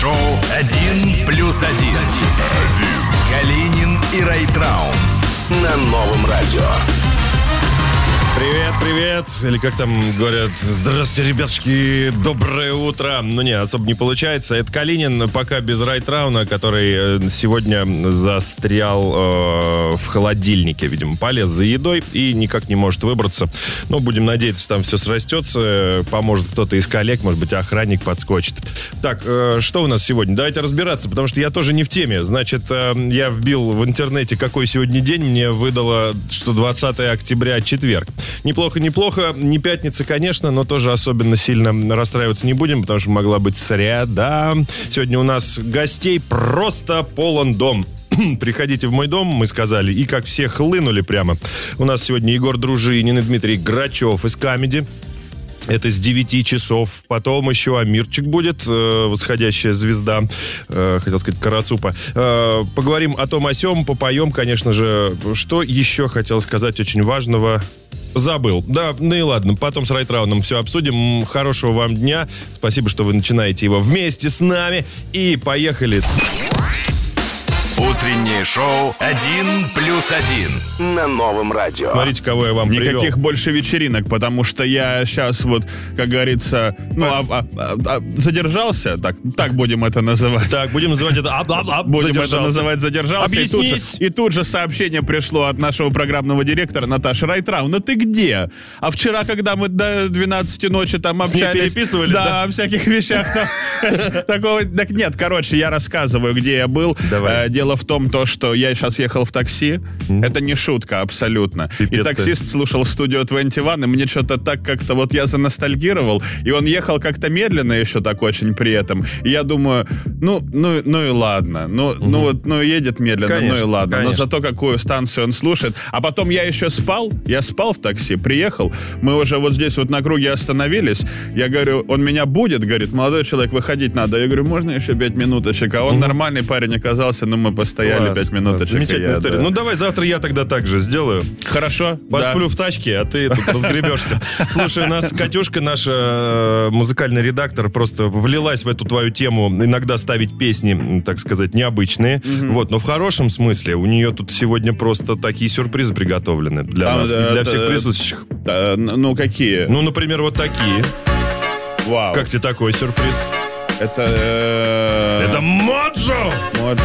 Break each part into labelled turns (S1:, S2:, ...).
S1: Шоу «Один плюс один». Калинин и Райтраум на новом радио.
S2: Привет, привет. Или как там говорят, здравствуйте, ребятушки, доброе утро. Ну не, особо не получается. Это Калинин, пока без Райтрауна, который э, сегодня застрял э, в холодильнике, видимо, полез за едой и никак не может выбраться. Но будем надеяться, там все срастется, э, поможет кто-то из коллег, может быть, охранник подскочит. Так, э, что у нас сегодня? Давайте разбираться, потому что я тоже не в теме. Значит, э, я вбил в интернете, какой сегодня день, мне выдало, что 20 октября, четверг. Неплохо, неплохо. Не пятница, конечно, но тоже особенно сильно расстраиваться не будем, потому что могла быть среда. Сегодня у нас гостей просто полон дом. Приходите в мой дом, мы сказали, и как все хлынули прямо. У нас сегодня Егор Дружинин и Дмитрий Грачев из Камеди. Это с 9 часов. Потом еще Амирчик будет, э, восходящая звезда, э, хотел сказать, Карацупа. Э, поговорим о том о сём, попоем, конечно же. Что еще хотел сказать очень важного? Забыл. Да, ну и ладно, потом с Райтрауном все обсудим. М, Хорошего вам дня. Спасибо, что вы начинаете его вместе с нами. И поехали.
S1: Утреннее шоу «Один плюс один» на новом радио.
S2: Смотрите, кого я вам привел.
S3: Никаких больше вечеринок, потому что я сейчас вот, как говорится, ну, а- а- а- а- задержался, так, так будем это называть.
S2: Так, будем называть это... Ап, ап, ап,
S3: Будем это
S2: задержался.
S3: называть задержался. И тут, же,
S2: Объяснись!
S3: и тут же сообщение пришло от нашего программного директора Наташи Райтрау. Ну ты где? А вчера, когда мы до 12 ночи там
S2: ней
S3: общались...
S2: переписывались, да?
S3: о всяких вещах. там. Такого... Так нет, короче, я рассказываю, где я был.
S2: Давай.
S3: Э, Дело в том, то, что я сейчас ехал в такси. Это не шутка абсолютно. И
S2: Пипец ты.
S3: таксист слушал студию 21, и мне что-то так как-то вот я заностальгировал, и он ехал как-то медленно еще так очень при этом. И я думаю, ну, ну, ну и ладно. Ну, ну вот, ну едет медленно, ну и
S2: Конечно,
S3: ладно.
S2: конечно.
S3: Но зато какую станцию он слушает. А потом я еще спал, я спал в такси, приехал. Мы уже вот здесь вот на круге остановились. Я говорю, он меня будет, говорит, молодой человек, выходить надо. Я говорю, можно еще пять минуточек? А он нормальный парень оказался, но мы постояли
S2: Класс,
S3: пять минуточек. и
S2: Замечательная
S3: я,
S2: история.
S3: да.
S2: Ну давай завтра я тогда так же сделаю.
S3: Хорошо. да.
S2: Посплю в тачке, а ты тут разгребешься. Слушай, у нас Катюшка, наша э, музыкальный редактор, просто влилась в эту твою тему иногда ставить песни, м, так сказать, необычные. Вот, но в хорошем смысле у нее тут сегодня просто такие сюрпризы приготовлены для
S3: Там,
S2: нас и
S3: да,
S2: для
S3: да,
S2: всех
S3: да.
S2: присутствующих.
S3: Э, н- ну какие?
S2: Ну, например, вот такие.
S3: Вау.
S2: Как тебе такой сюрприз?
S3: Это... э,
S2: Это Моджо!
S3: вот.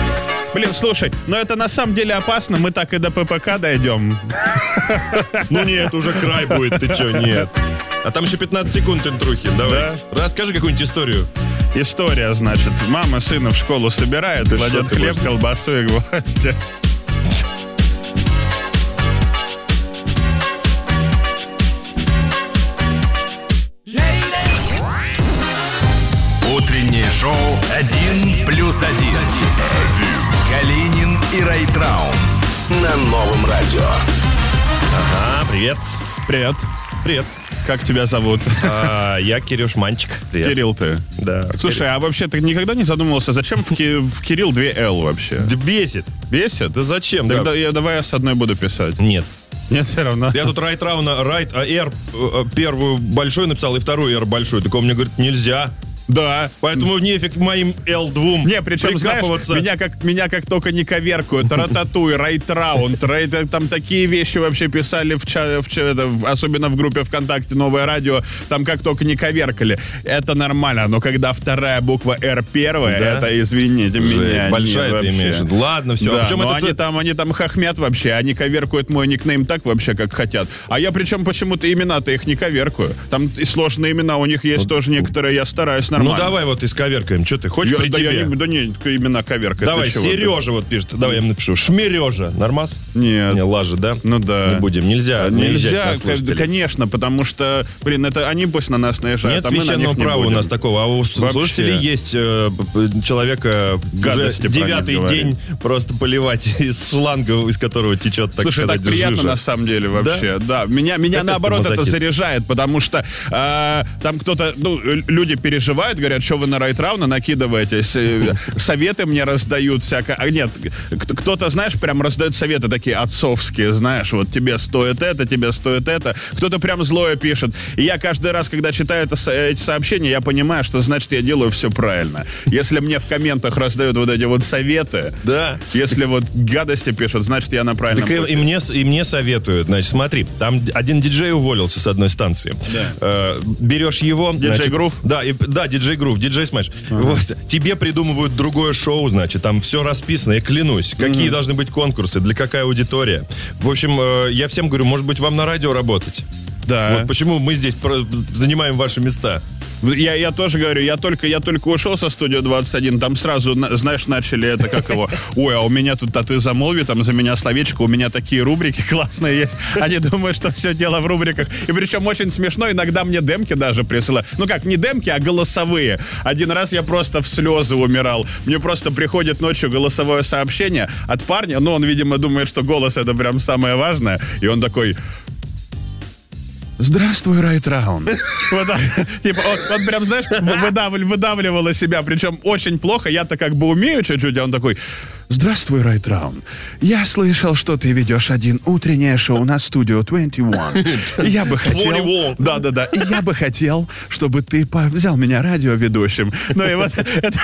S3: Блин, слушай, но это на самом деле опасно, мы так и до ППК дойдем.
S2: Ну нет, уже край будет, ты чё, нет. А там еще 15 секунд интрухи, давай. Расскажи какую-нибудь историю.
S3: История, значит, мама сына в школу собирает,
S2: Да
S3: кладет
S2: что ты,
S3: хлеб,
S2: Господи.
S3: колбасу и гвозди.
S1: Утреннее шоу «Один плюс один». Калинин и Райтраум на новом радио.
S2: А, привет.
S3: Привет.
S2: Привет.
S3: Как тебя зовут?
S2: А, я Кирюш Манчик. Привет.
S3: Кирилл ты.
S2: Да.
S3: Слушай, а вообще ты никогда не задумывался, зачем в, Ки- в Кирилл 2 Л вообще?
S2: Да бесит.
S3: Бесит?
S2: Да зачем?
S3: Так
S2: Да.
S3: да- я, давай я с одной буду писать.
S2: Нет.
S3: Нет, все равно.
S2: Я тут райт рауна, райт, а R э, первую большую написал и вторую R большую. Так он мне говорит, нельзя.
S3: Да.
S2: Поэтому нефиг моим L2
S3: Не, причем, знаешь,
S2: прикапываться.
S3: меня как, меня как только не коверкуют. Рататуй, райтраунд, рейд- там такие вещи вообще писали, в ча- в ча- это, в- особенно в группе ВКонтакте «Новое радио», там как только не коверкали. Это нормально, но когда вторая буква «Р» первая,
S2: Да?
S3: это, извините меня,
S2: Жесть,
S3: не,
S2: Большая ты
S3: вообще.
S2: имеешь. в виду. Ладно, все.
S3: Да, но они, там, они там хохмят вообще, они коверкуют мой никнейм так вообще, как хотят. А я причем почему-то имена-то их не коверкую. Там и сложные имена у них есть тоже некоторые, я стараюсь
S2: Ну
S3: нормально.
S2: давай вот исковеркаем. Что ты хочешь
S3: Я-
S2: при
S3: да, я
S2: тебе?
S3: не- да не, имена коверка.
S2: Давай, Сережа вот пишет. Давай я ему напишу. Шмережа. Нормас?
S3: Нет.
S2: Не, лажа, да?
S3: Ну да. А
S2: Не будем. Нельзя.
S3: Нельзя,
S2: наезжать на слушателей.
S3: конечно, потому что, блин, это они пусть на нас наезжают,
S2: Нет
S3: а мы на
S2: священного
S3: них не
S2: права у
S3: будем.
S2: нас такого. А у с-
S3: Вообще.
S2: слушателей есть э, б- б- человека
S3: Гадости
S2: уже
S3: про них
S2: девятый
S3: говорить.
S2: день просто поливать из шланга, из которого течет, так
S3: Слушай,
S2: сказать,
S3: так приятно
S2: жижа.
S3: на самом деле вообще. Да, меня,
S2: Капец
S3: меня
S2: ты
S3: наоборот это
S2: мазохист.
S3: заряжает, потому что э, там кто-то, ну, э, люди переживают ругают, говорят, что вы на райтрауна накидываетесь, э, советы мне раздают всякое. А нет, к- кто-то, знаешь, прям раздает советы такие отцовские, знаешь, вот тебе стоит это, тебе стоит это. Кто-то прям злое пишет. И я каждый раз, когда читаю это со- эти сообщения, я понимаю, что значит я делаю все правильно. Если мне в комментах раздают вот эти вот советы,
S2: Да.
S3: если вот гадости пишут, значит я на правильном
S2: Так и,
S3: пути.
S2: и мне, с- и мне советуют, значит, смотри, там д- один диджей уволился с одной станции. Э, берешь его...
S3: Диджей
S2: значит,
S3: Грув?
S2: Да, и- да, диджей Грув, диджей Смэш. Вот, тебе придумывают другое шоу, значит, там все расписано, я клянусь. Какие должны быть конкурсы, для какая аудитория. В общем, э, я всем говорю, может быть, вам на радио работать?
S3: Да.
S2: Вот почему мы здесь про- занимаем ваши места.
S3: Я, я тоже говорю, я только, я только ушел со студии 21, там сразу, на- знаешь, начали это, как его, ой, а у меня тут, а ты замолви там за меня словечко, у меня такие рубрики классные есть. Они думают, что все дело в рубриках. И причем очень смешно, иногда мне демки даже присылают. Ну как, не демки, а голосовые. Один раз я просто в слезы умирал. Мне просто приходит ночью голосовое сообщение от парня, ну он, видимо, думает, что голос это прям самое важное, и он такой... Здравствуй, Райтраун. Вот так, типа, он, он прям, знаешь, выдавливал, выдавливал из себя, причем очень плохо. Я-то как бы умею чуть-чуть, а он такой... Здравствуй, Райтраун. Я слышал, что ты ведешь один утреннее шоу на студию 21. И я бы хотел...
S2: 21.
S3: Да-да-да. И я бы хотел, чтобы ты по- взял меня радиоведущим. Ну и вот это...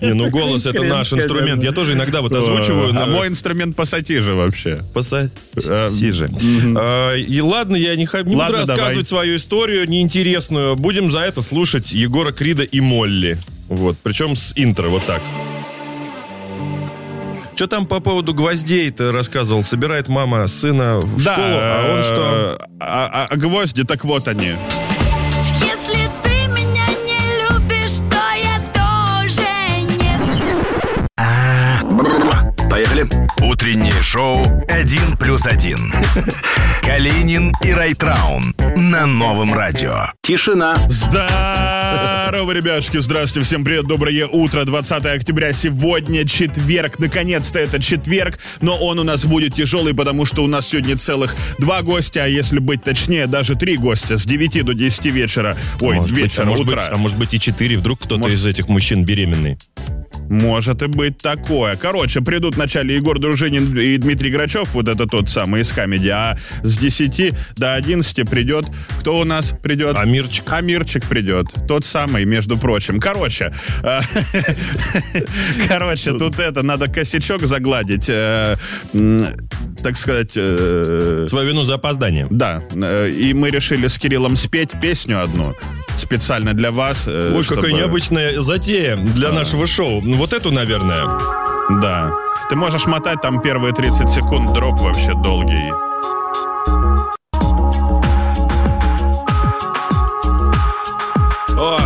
S2: Не, ну голос это наш
S3: Конечно.
S2: инструмент. Я тоже иногда вот озвучиваю. ну,
S3: А
S2: на-
S3: мой инструмент пассатижи вообще.
S2: Посади
S3: Э,
S2: же. Э, И ладно, я не, ха- не буду
S3: Ладно, давай.
S2: рассказывать свою историю неинтересную. Будем за это слушать Егора Крида и Молли. Вот, причем с интро, вот так. Что там по поводу гвоздей-то рассказывал? Собирает мама сына в
S3: Да,
S2: школу, а он что?
S3: э, А а гвозди, так вот они.
S4: Если ты меня не любишь, то я тоже нет.
S1: Поехали. Утреннее шоу «Один плюс один». Калинин и Райтраун на новом радио.
S5: Тишина.
S3: Здорово, ребятушки, здравствуйте, всем привет, доброе утро, 20 октября, сегодня четверг, наконец-то это четверг, но он у нас будет тяжелый, потому что у нас сегодня целых два гостя, а если быть точнее, даже три гостя, с 9 до 10 вечера, ой,
S2: Может быть,
S3: вечера,
S2: а может
S3: утра.
S2: быть, а может быть и четыре, вдруг кто-то
S3: Может-
S2: из этих мужчин беременный.
S3: Может и быть такое. Короче, придут вначале Егор Дружинин и Дмитрий Грачев, вот это тот самый из Камеди, а с 10 до 11 придет, кто у нас придет?
S2: Амирчик.
S3: Амирчик придет. Тот самый, между прочим. Короче, э, короче, тут это, надо косячок загладить, э, м, так сказать, э,
S2: Свою вину за опоздание.
S3: да, э, и мы решили с Кириллом спеть песню одну специально для вас. э,
S2: Ой,
S3: чтобы- А.
S2: какая необычная затея для нашего шоу. Ну, Вот эту, наверное.
S3: Да. Ты можешь мотать там первые 30 секунд, дроп вообще долгий. О,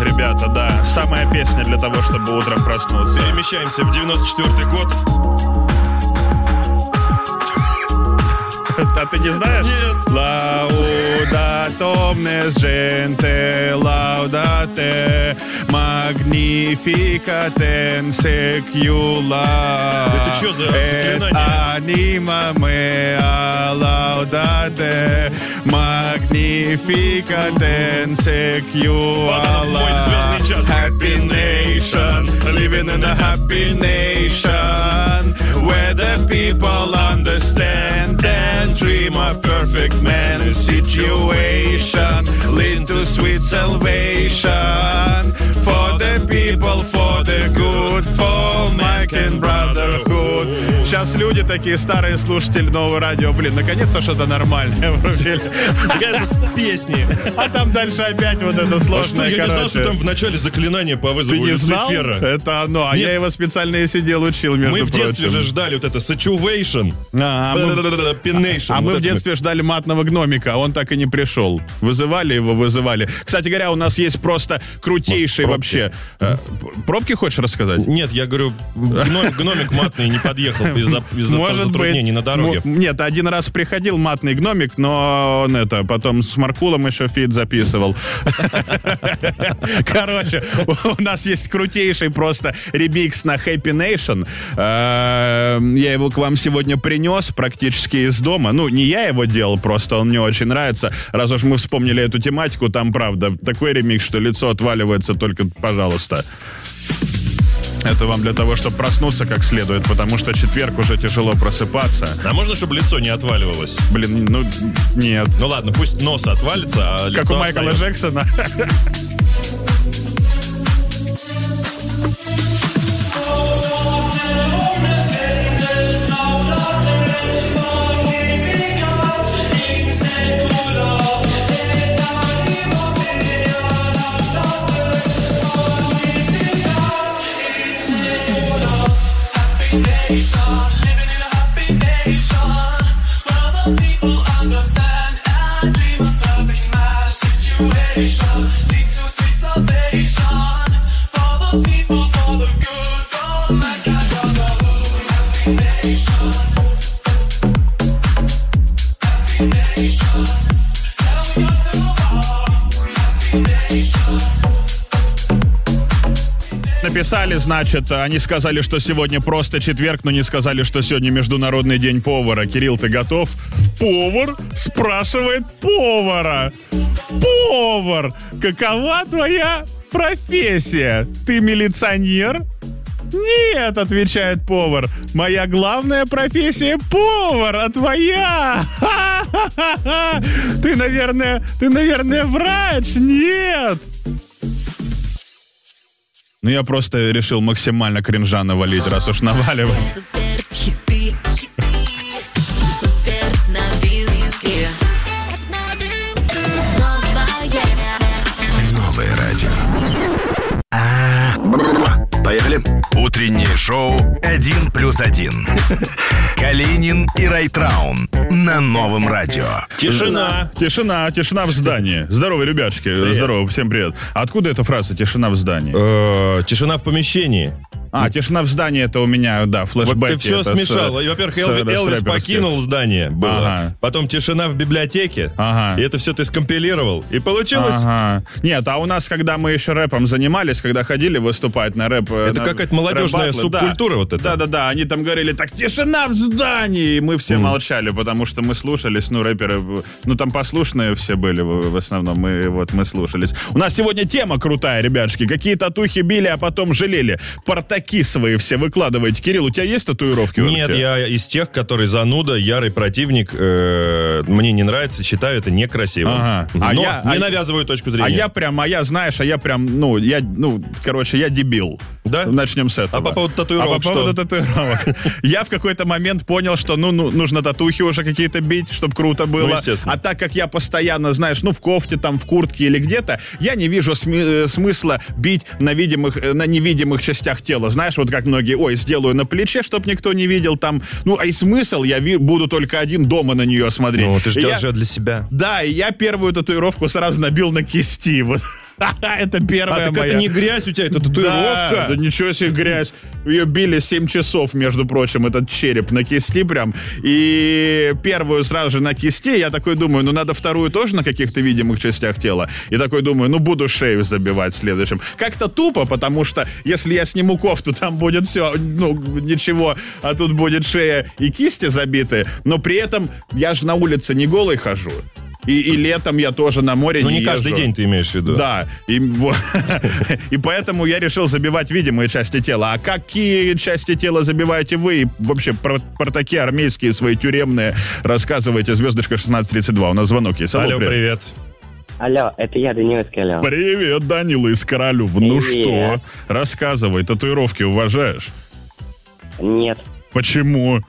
S3: ребята, да, самая песня для того, чтобы утром проснуться.
S2: Перемещаемся в 94 год.
S3: А ты не знаешь? Нет. Лауда томнес дженте, лауда те, магнифика секьюла. Э,
S2: Это чё за заклинание?
S3: Анима а, меа, лауда те, магнифика секьюла.
S2: Потом будет звездный час.
S3: Happy nation, living in a happy nation, where the people understand and dream of perfect man situation, lead to sweet salvation for the people, for the good, for Mike and brotherhood. Сейчас люди такие старые слушатели нового радио, блин, наконец-то что-то нормальное врубили.
S2: С песни.
S3: А там дальше опять вот это
S2: А что,
S3: сложное,
S2: я не знал,
S3: короче.
S2: что там в начале заклинание по
S3: Ты
S2: вызову
S3: не знал?
S2: Люцифера.
S3: Это оно. А
S2: Нет.
S3: я его специально и сидел учил, между
S2: Мы в
S3: прочим.
S2: детстве же ждали вот это situation.
S3: А, а мы...
S2: Pination.
S3: а мы
S2: Вот
S3: в
S2: это
S3: детстве ждали матного гномика, а он так и не пришел. Вызывали его, вызывали. Кстати говоря, у нас есть просто крутейший
S2: Может,
S3: вообще... Э, пробки хочешь рассказать?
S2: Нет, я говорю, гном- гномик матный не подъехал из-за из из-за
S3: Может
S2: затруднений
S3: быть.
S2: на дороге.
S3: М- Нет, один раз приходил матный гномик, но он это, потом с Маркулом еще фит записывал. Короче, у нас есть крутейший просто ремикс на Happy Nation. Э, Я его к вам сегодня принес практически из дома. Ну, не я его делал, просто он мне очень нравится. Раз уж мы вспомнили эту тематику, там, правда, такой ремикс, что лицо отваливается только, пожалуйста. Это вам для того, чтобы проснуться как следует, потому что четверг уже тяжело просыпаться.
S2: А можно, чтобы лицо не отваливалось?
S3: Блин, ну, нет.
S2: Ну ладно, пусть нос отвалится, а лицо
S3: Как у Майкла
S2: остается.
S3: Джексона. Написали, значит, они сказали, что сегодня просто четверг, но не сказали, что сегодня Международный день повара. Кирилл, ты готов? Повар спрашивает повара. Повар, какова твоя профессия? Ты милиционер? Нет, отвечает повар. Моя главная профессия повар, а твоя? Ха-ха-ха-ха! Ты, наверное, ты, наверное, врач? Нет. Ну, я просто решил максимально кринжа навалить, раз уж наваливать.
S4: Супер хиты, супер новинки. Новое.
S1: Новое радио. А, Поехали. Утреннее шоу «Один плюс один». Калинин и Райтраун на новом радио.
S2: Тишина.
S3: Тишина, тишина в здании. Здорово, ребятушки. Здорово, всем привет. Откуда эта фраза «тишина в здании»?
S2: Э, Тишина в помещении.
S3: А, «тишина в здании» — это у меня, да, флешбеки.
S2: Вот ты все
S3: это с,
S2: смешал.
S3: э,
S2: Во-первых,
S3: с
S2: Элви-
S3: рэ- с
S2: Элвис
S3: рэперских.
S2: покинул здание. Было.
S3: Ага.
S2: Потом тишина в библиотеке.
S3: Ага.
S2: И это все ты скомпилировал. И получилось.
S3: Ага. Нет, а у нас, когда мы еще рэпом занимались, когда ходили выступать на рэп... э,
S2: Это
S3: на
S2: какая-то молодежная
S3: рэп-батлы, да.
S2: субкультура вот эта.
S3: Да-да-да, они там говорили, так, тишина в здании! И мы все молчали, потому что мы слушались, ну, рэперы, э, ну, там послушные все были в в основном, мы вот мы слушались. У нас сегодня тема крутая, ребятушки. Какие татухи били, а потом жалели. Портаки свои все выкладываете. Кирилл, у тебя есть татуировки
S2: Нет,
S3: вообще?
S2: я из тех, которые зануда, ярый противник. э, мне не нравится, считаю это некрасивым.
S3: Ага. А
S2: Но
S3: я-
S2: не
S3: а-
S2: навязываю точку зрения.
S3: А я прям, а я, знаешь, а я прям, ну, я, ну, короче, я дебил.
S2: Да?
S3: Начнем с этого.
S2: А по поводу татуировок
S3: А по поводу
S2: что?
S3: татуировок. Я в какой-то момент понял, что, ну, ну, нужно татухи уже какие-то бить, чтобы круто
S2: Ну,
S3: было.
S2: естественно.
S3: А так как я постоянно, знаешь, ну, в кофте, там, в куртке или где-то, я не вижу сми- э, смысла бить на видимых, э, на невидимых частях тела. Знаешь, вот как многие, ой, сделаю на плече, чтобы никто не видел там. Ну, а и смысл, я ви- буду только один дома на нее смотреть.
S2: Ну, ты
S3: И
S2: же
S3: я-
S2: делаешь это для себя.
S3: да, и я первую татуировку сразу набил на кисти. Вот. Это первая
S2: А так
S3: моя.
S2: это не грязь у тебя, это
S3: Да, да
S2: татуировка.
S3: ничего себе грязь. Ее били 7 часов, между прочим, этот череп на кисти прям. И первую сразу же на кисти, я такой думаю, ну надо вторую тоже на каких-то видимых частях тела. И такой думаю, ну буду шею забивать в следующем. Как-то тупо, потому что если я сниму кофту, там будет все, ну ничего, а тут будет шея и кисти забиты. Но при этом я же на улице не голый хожу. И, и летом я тоже на море
S2: Ну,
S3: не
S2: не каждый
S3: езжу.
S2: день ты имеешь в виду.
S3: Да, и, во- и поэтому я решил забивать видимые части тела. А какие части тела забиваете вы? И вообще про, про такие армейские свои тюремные рассказывайте. Звездочка 1632. У нас звонок есть. Алло,
S2: Алло,
S3: привет.
S2: привет.
S5: Алло, это я, Данила Скалян.
S3: Привет, Данила из Королев. Ну что,
S5: Привет.
S3: рассказывай, татуировки уважаешь?
S5: Нет,
S3: Почему?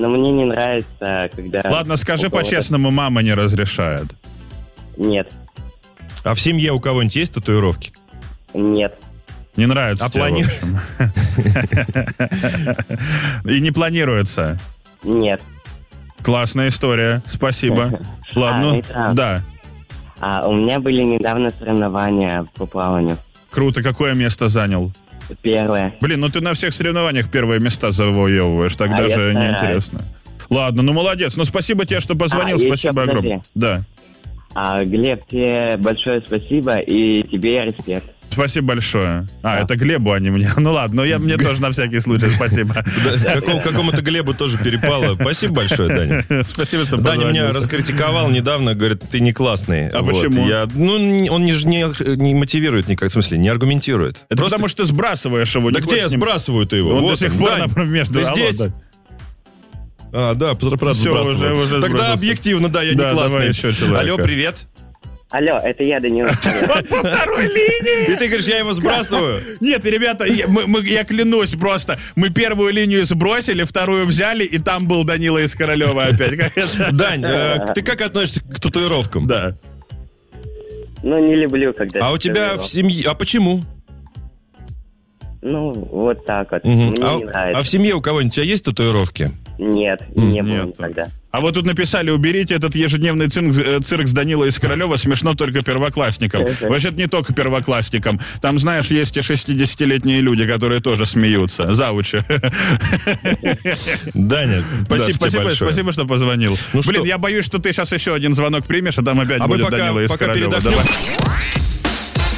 S5: но мне не нравится, когда...
S3: Ладно, скажи
S5: у кого-то-
S3: по-честному, мама не разрешает.
S5: Нет,
S2: А в семье у кого-нибудь есть татуировки?
S5: нет.
S3: Не нравится.
S2: А
S3: тебе, в
S2: плани-
S3: общем. И не планируется.
S5: Нет.
S3: Классная история, спасибо.
S5: А,
S3: Ладно,
S5: и так.
S3: да.
S5: А у меня были недавно соревнования по плаванию.
S3: Круто, какое место занял?
S5: Первое.
S3: Блин, ну ты на всех соревнованиях первые места завоевываешь, так
S5: А, я
S3: даже
S5: стараюсь.
S3: неинтересно. Ладно, ну молодец. Ну спасибо тебе, что позвонил,
S5: А, и
S3: спасибо
S5: еще,
S3: огромное.
S5: подожди.
S3: Да.
S5: А, Глеб, тебе большое спасибо и тебе респект.
S3: Спасибо большое. А, это Глебу, а не мне. Ну ладно, ну я мне тоже на всякий случай спасибо.
S2: Да, какому- Какому-то Глебу тоже перепало. Спасибо большое, Даня.
S3: Спасибо, что
S2: Даня
S3: позвонил.
S2: меня раскритиковал недавно, говорит, ты не классный.
S3: А почему?
S2: Я, ну, н- он не, ж- не, не мотивирует никак, в смысле, не аргументирует.
S3: Это
S2: Просто-
S3: потому что ты сбрасываешь его.
S2: да
S3: не
S2: где я
S3: хочешь с ним-
S2: сбрасываю-то его?
S3: Он
S2: Вот
S3: до сих
S2: он.
S3: пор,
S2: Дань,
S3: например, между...
S2: ты
S3: Алло,
S2: здесь?
S3: да.
S2: А, да, пр- правда,
S3: Всё,
S2: сбрасываю.
S3: уже- уже
S2: Тогда
S3: сбросился.
S2: объективно, да, я
S3: Да,
S2: не
S3: давай
S2: классный.
S3: ещё человека.
S2: Алло, привет.
S5: Алло, это я, Данила.
S2: И ты говоришь, я его сбрасываю.
S3: Нет, ребята, я, мы- мы- я клянусь просто, мы первую линию сбросили, вторую взяли, и там был Данила из Королева опять. Как это?
S2: Дань, э, ты как относишься к татуировкам?
S3: Да.
S5: Ну, не люблю, когда...
S2: А у
S5: это
S2: тебя
S5: его.
S2: в семье... А почему?
S5: Ну, вот так вот.
S2: Мгм.
S5: Мне не
S2: А,
S5: нравится.
S2: а в семье у кого-нибудь у тебя есть татуировки?
S5: Нет, не было
S3: нет.
S5: никогда.
S3: А вот тут написали, уберите этот ежедневный цинк- э, цирк с Данила из Королева, смешно только первоклассникам. Вообще-то не только первоклассникам. Там, знаешь, есть и 60-летние люди, которые тоже смеются. Заучи.
S2: Даня,
S3: Да,
S2: спасибо тебе большое.
S3: Спасибо, что позвонил.
S2: Ну
S3: Блин,
S2: что?
S3: я боюсь, что ты сейчас еще один звонок примешь, а там опять
S2: А мы
S3: будет
S2: пока,
S3: Данила из
S2: пока
S3: Королева.
S2: передохнем.
S3: Давай.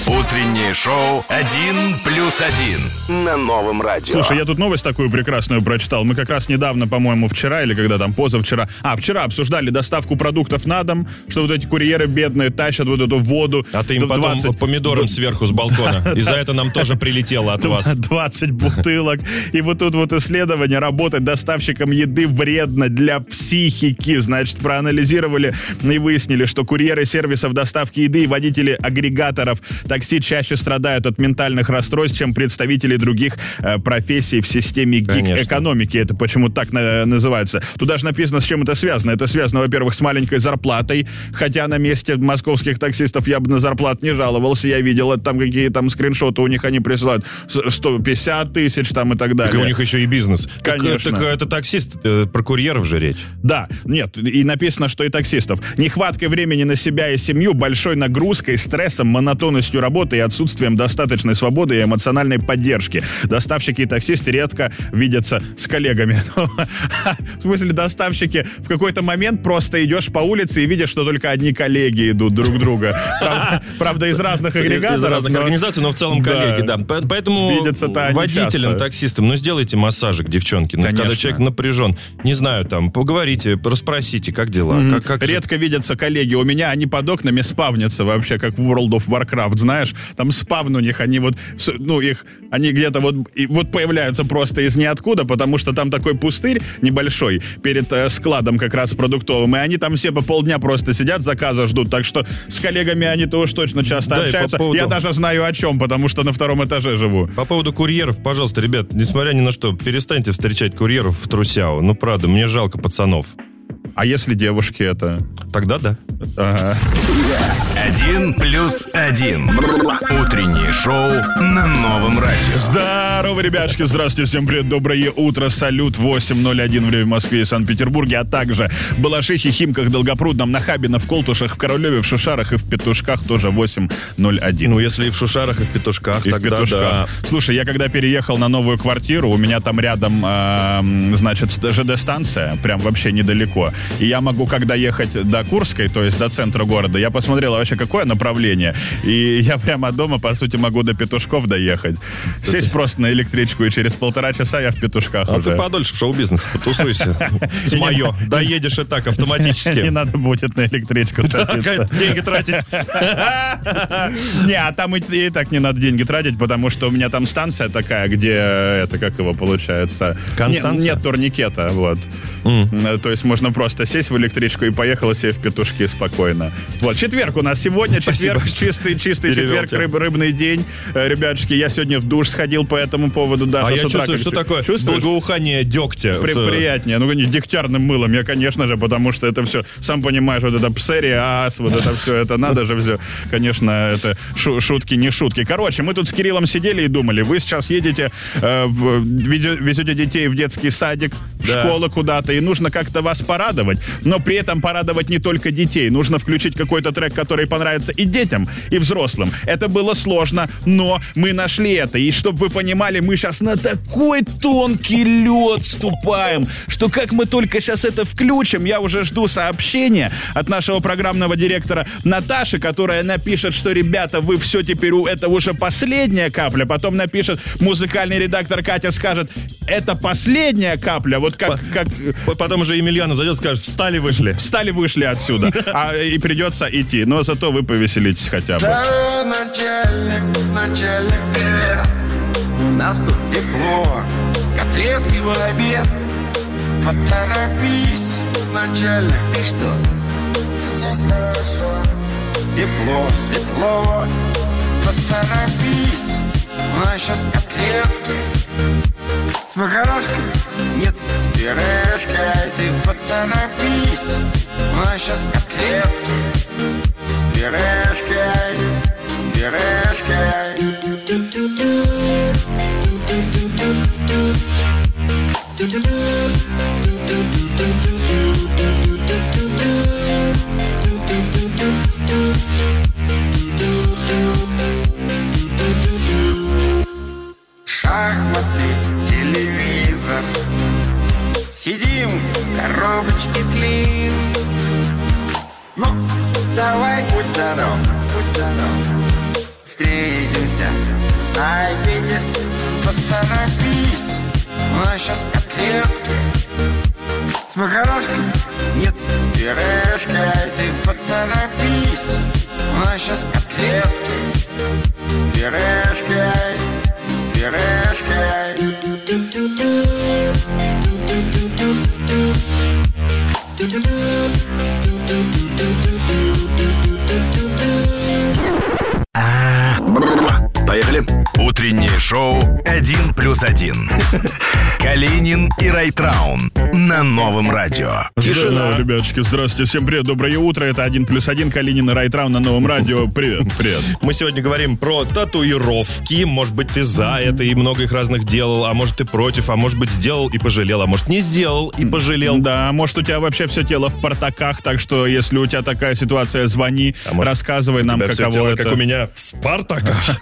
S1: Утреннее шоу «Один плюс один» на новом радио.
S3: Слушай, я тут новость такую прекрасную прочитал. Мы как раз недавно, по-моему, вчера или когда там, позавчера. А, вчера обсуждали доставку продуктов на дом, что вот эти курьеры бедные тащат вот эту воду.
S2: А ты им
S3: Д-
S2: потом
S3: 20
S2: помидором сверху с балкона. И за это нам тоже прилетело от вас.
S3: 20 бутылок. И вот тут вот исследование, работать доставщиком еды вредно для психики. Значит, проанализировали и выяснили, что курьеры сервисов доставки еды и водители агрегаторов такси чаще страдают от ментальных расстройств, чем представители других э, профессий в системе
S2: Конечно.
S3: гиг-экономики. Это почему так на- называется. Тут даже написано, с чем это связано. Это связано, во-первых, с маленькой зарплатой, хотя на месте московских таксистов я бы на зарплат не жаловался. Я видел это там какие там скриншоты у них они присылают. С- 150 тысяч там и так далее.
S2: Так и у них еще и бизнес. Так, э,
S3: Конечно.
S2: Так э, это таксист, э, про курьеров же речь.
S3: Да, нет, и написано, что и таксистов. Нехватка времени на себя и семью, большой нагрузкой, стрессом, монотонностью работы и отсутствием достаточной свободы и эмоциональной поддержки. Доставщики и таксисты редко видятся с коллегами. Ну, В смысле, доставщики в какой-то момент просто идешь по улице и видишь, что только одни коллеги идут друг друга. Правда- Правда, из разных агрегаторов.
S2: Из разных
S3: но-
S2: организаций, но в целом
S3: Да.
S2: коллеги, да. По- Поэтому
S3: Видятся-то они
S2: водителям,
S3: часто.
S2: таксистам, ну сделайте массажик, девчонки. Ну,
S3: Конечно.
S2: когда человек напряжен, не знаю, там, поговорите, расспросите, как дела,
S3: Мгм.
S2: как, как же-
S3: Редко видятся коллеги. У меня они под окнами спавнятся вообще, как в World of Warcraft, знаешь? Там спавн у них, они вот, с- ну, их, они где-то вот, и вот появляются просто из ниоткуда, потому что там такой пустырь небольшой перед э, складом как раз продуктовым, и они там все по полдня просто сидят, заказа ждут, так что с коллегами они-то уж точно часто
S2: Да, и по
S3: общаются.
S2: поводу-
S3: Я даже знаю о чем, потому что на втором этаже живу.
S2: По поводу курьеров, пожалуйста, ребят, несмотря ни на что, перестаньте встречать курьеров в Трусяу. Ну, правда, мне жалко пацанов.
S3: А если девушки это...
S2: Тогда да.
S3: Ага.
S1: «Один плюс один». Утреннее шоу на новом радио.
S3: Здорово, ребятушки, здравствуйте, всем привет, доброе утро, салют, 8.01 время в Москве и Санкт-Петербурге, а также в Балашихе, Химках, Долгопрудном, Нахабино, в Колтушах, в Королеве, в Шушарах и в Петушках тоже 8.01.
S2: Ну, если и в шушарах, и в петушках,
S3: И в
S2: тогда да.
S3: петушках. Слушай, я когда переехал на новую квартиру, у меня там рядом, эм, значит, ст- ЖД-станция, прям вообще недалеко. И я могу, когда ехать до Курской, то есть до центра города, я посмотрел а вообще, какое направление. И я прямо от дома, по сути, могу до Петушков доехать. Сесть просто на электричку, и через полтора часа я в Петушках
S2: А
S3: уже.
S2: ты подольше в шоу-бизнес потусуйся. С
S3: И не
S2: мое. Доедешь и так
S3: Не
S2: автоматически.
S3: надо будет на электричку садиться.
S2: Деньги тратить.
S3: Не, а там и, и так не надо деньги тратить, потому что у меня там станция такая, где э, это как его получается.
S2: Констанция?
S3: Нет, нет турникета, вот. Э, То есть можно просто сесть в электричку и поехала себе в петушки спокойно. Вот четверг у нас сегодня четверг
S2: что
S3: чистый чистый
S2: перевел
S3: четверг
S2: тему.
S3: рыб- рыбный день, Э, ребятушки. Я сегодня в душ сходил по этому поводу, да.
S2: А я чувствую, что такое благоухание дегтя.
S3: При- приятнее. Ну, не дегтярным мылом, я, конечно же, потому что это все, сам понимаешь, вот это псориаз, вот это все, это надо же все. Конечно, это шу- шутки, не шутки. Короче, мы тут с Кириллом сидели и думали, вы сейчас едете, э, в- ведё- везете детей в детский садик, в
S2: Да.
S3: школу куда-то, и нужно как-то вас порадовать порадовать, но при этом порадовать не только детей. Нужно включить какой-то трек, который понравится и детям, и взрослым. Это было сложно, но мы нашли это. И чтобы вы понимали, мы сейчас на такой тонкий лед ступаем, что как мы только сейчас это включим, я уже жду сообщения от нашего программного директора Наташи, которая напишет, что, ребята, вы все теперь, у- это уже последняя капля. Потом напишет музыкальный редактор Катя, скажет, это последняя капля. Вот как, как э,
S2: П- Потом же Емельяна зайдет, скажет, встали, вышли.
S3: встали, вышли отсюда. А, и придется идти. Но зато вы повеселитесь хотя бы.
S6: Э, начальник, начальник, э, у нас тут тепло, котлетки в обед. Поторопись, начальник, ты что? Здесь хорошо, тепло, светло. Поторопись, у нас сейчас котлетки с макарошкой. Нет, с пюрешкой ты поторопись, у нас сейчас котлетки. С пирожкой, с пирожкой. Шахматы, телевизор. Сидим, коробочки клин. Ну, давай, будь здоров, будь здоров. Встретимся на обеде. Поторопись, у нас сейчас котлетки. С макарошкой? Нет, с пирожкой. Ты поторопись, у нас сейчас котлетки. С пирожкой, с пирожкой.
S1: Поехали. Утреннее шоу «Один плюс один». Калинин и Райтраун на новом радио.
S3: Тишина. ребяточки, здравствуйте, всем привет, доброе утро, это 1 плюс 1, Калинин и Райтраун на новом радио, привет, привет.
S2: Мы сегодня говорим про татуировки. Может быть, ты за это и много их разных делал, а может, ты против, а может быть, сделал и пожалел, а может, не сделал и пожалел.
S3: Да, может у тебя вообще все тело в портаках, так что если у тебя такая ситуация, звони,
S2: А может,
S3: рассказывай нам,
S2: Да, всё
S3: каково
S2: тело,
S3: это.
S2: как у меня в Спартаках.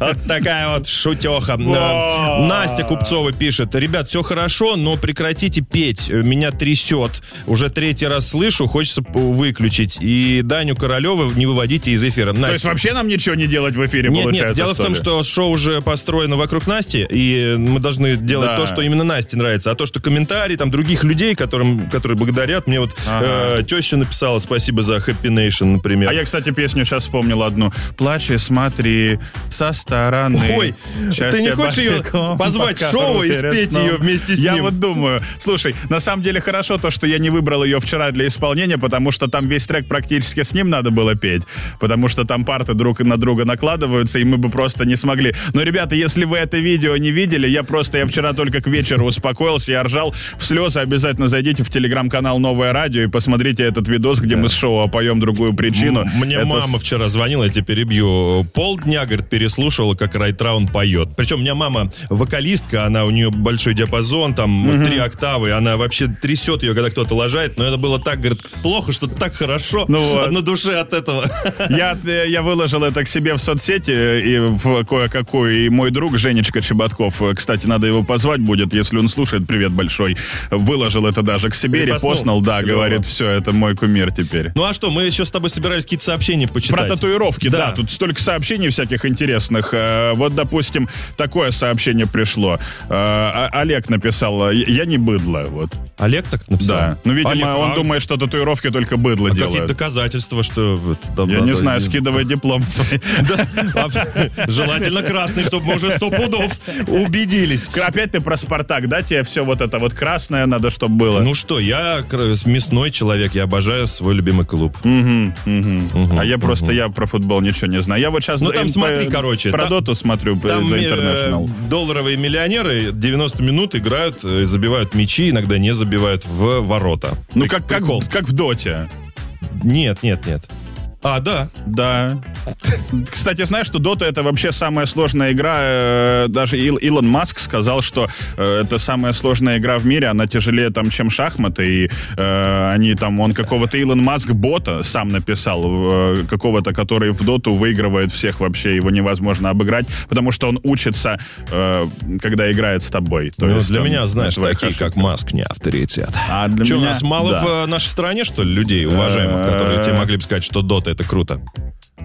S2: Вот такая вот шутеха. Да. Настя Купцова пишет. Ребят, все хорошо, но прекратите петь. Меня трясет. Уже третий раз слышу, хочется п- выключить. И Даню Королеву не выводите из эфира.
S3: То есть
S2: Настя,
S3: вообще нам ничего не делать в эфире
S2: Нет,
S3: получается?
S2: нет, дело в том,
S3: ли?
S2: что шоу уже построено вокруг Насти, и мы должны делать
S3: Да.
S2: то, что именно Насте нравится. А то, что комментарии там других людей, которым, которые благодарят, мне вот
S3: Ага.
S2: э, теща написала спасибо за Happy Nation, например.
S3: А я, кстати, песню сейчас вспомнил одну. «Плачь и смотри со стороны».
S2: Ой,
S3: Счастье
S2: ты не хочешь её
S3: босиком
S2: позвать
S3: по
S2: в шоу и
S3: кору перед
S2: спеть
S3: сном?
S2: её вместе с
S3: Я
S2: ним?
S3: вот думаю. Слушай, на самом деле хорошо то, что я не выбрал ее вчера для исполнения, потому что там весь трек практически с ним надо было петь. Потому что там парты друг на друга накладываются, и мы бы просто не смогли. Но, ребята, если вы это видео не видели, я просто, я вчера только к вечеру успокоился, я ржал в слезы. Обязательно зайдите в телеграм-канал «Новое радио» и посмотрите этот видос, где мы с шоу опоем другую причину.
S2: Мне
S3: Это
S2: мама
S3: с-
S2: вчера звонила, я тебя перебью. Полдня, говорит, переслушивала, как Райтраун поет. Причем у меня мама вокалистка, она у нее большой диапазон, там три октавы, она вообще трясет ее, когда кто-то лажает. Но это было так, говорит, плохо, что так хорошо
S3: Ну вот.
S2: на душе от этого.
S3: Я, э, я выложил это к себе в соцсети э, и в кое-какую. И мой друг Женечка Чеботков, э, кстати, надо его позвать будет, если он слушает, привет большой, выложил это даже к себе,
S2: Перепостнул.
S3: репостнул, да,
S2: Клево.
S3: говорит, все, это мой кумир теперь.
S2: Ну а что, мы еще с тобой собирались какие-то сообщения почитать.
S3: Про татуировки, да.
S2: Да.
S3: Тут столько сообщений всяких интересных. Э, Вот, допустим, такое сообщение пришло. Э, О- Олег написал, э, я не быдло, вот.
S2: Олег так написал?
S3: Да. Ну, видимо,
S2: Олег,
S3: он
S2: а
S3: думает, что татуировки только быдло
S2: Какие
S3: делают.
S2: доказательства, что... вот там
S3: Я не
S2: надо-
S3: знаю, скидывай диплом свой.
S2: Да. А, Желательно красный, чтобы мы уже сто пудов убедились.
S3: Опять ты про Спартак, да? Тебе все вот это вот красное надо, чтобы было.
S2: Ну что, я кр- мясной человек, я обожаю свой любимый клуб.
S3: Мгм, мгм. а я просто, я про футбол ничего не знаю. Я вот сейчас...
S2: Ну, там смотри, короче,
S3: Про
S2: там-
S3: доту смотрю, э,
S2: Там
S3: за
S2: э,
S3: Интернешнл.
S2: долларовые миллионеры 90 минут играют, э, забивают мячи, иногда не забивают в ворота.
S3: Ну,
S2: Прик-
S3: как, как,
S2: прикол.
S3: как в доте.
S2: Нет, нет, нет. А, да.
S3: Да. Кстати, знаешь, что Dota это вообще самая сложная игра. э, Даже Ил- Илон Маск сказал, что э, это самая сложная игра в мире. Она тяжелее там, чем шахматы. И э, они там, он какого-то Илон Маск бота сам написал, э, какого-то, который в Доту выигрывает всех вообще. Его невозможно обыграть, потому что он учится, э, когда играет с тобой. То
S2: Ну,
S3: есть
S2: для
S3: он
S2: меня, знаешь,
S3: твоих
S2: такие,
S3: ошибок.
S2: как Маск, не авторитет.
S3: А для
S2: Че, у
S3: меня-
S2: нас мало
S3: да.
S2: в э, нашей стране, что ли, людей уважаемых, которые тебе могли бы сказать, что Дота это круто?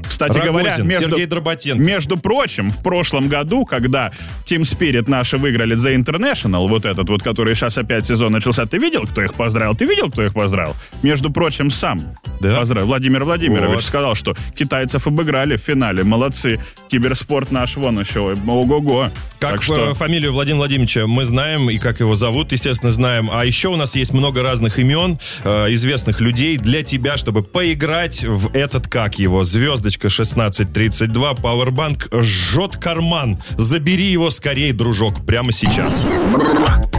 S3: Кстати говоря,
S2: Рогозин,
S3: между...
S2: Сергей Дроботенко.
S3: Между прочим, в прошлом году, когда Team Spirit наши выиграли за International, вот этот вот, который сейчас опять сезон начался, ты видел, кто их поздравил? Ты видел, кто их поздравил? Между прочим, сам
S2: Да?
S3: поздравил. Владимир Владимирович
S2: Вот.
S3: сказал, что китайцев обыграли в финале. Молодцы. Киберспорт наш вон еще. Ого-го.
S2: Как
S3: так что...
S2: э, фамилию Владимира Владимировича мы знаем, и как его зовут, естественно, знаем. А еще у нас есть много разных имен, э, известных людей для тебя, чтобы поиграть в этот, как его, звездочка 1632, пауэрбанк жжет карман. Забери его скорее, дружок, прямо сейчас.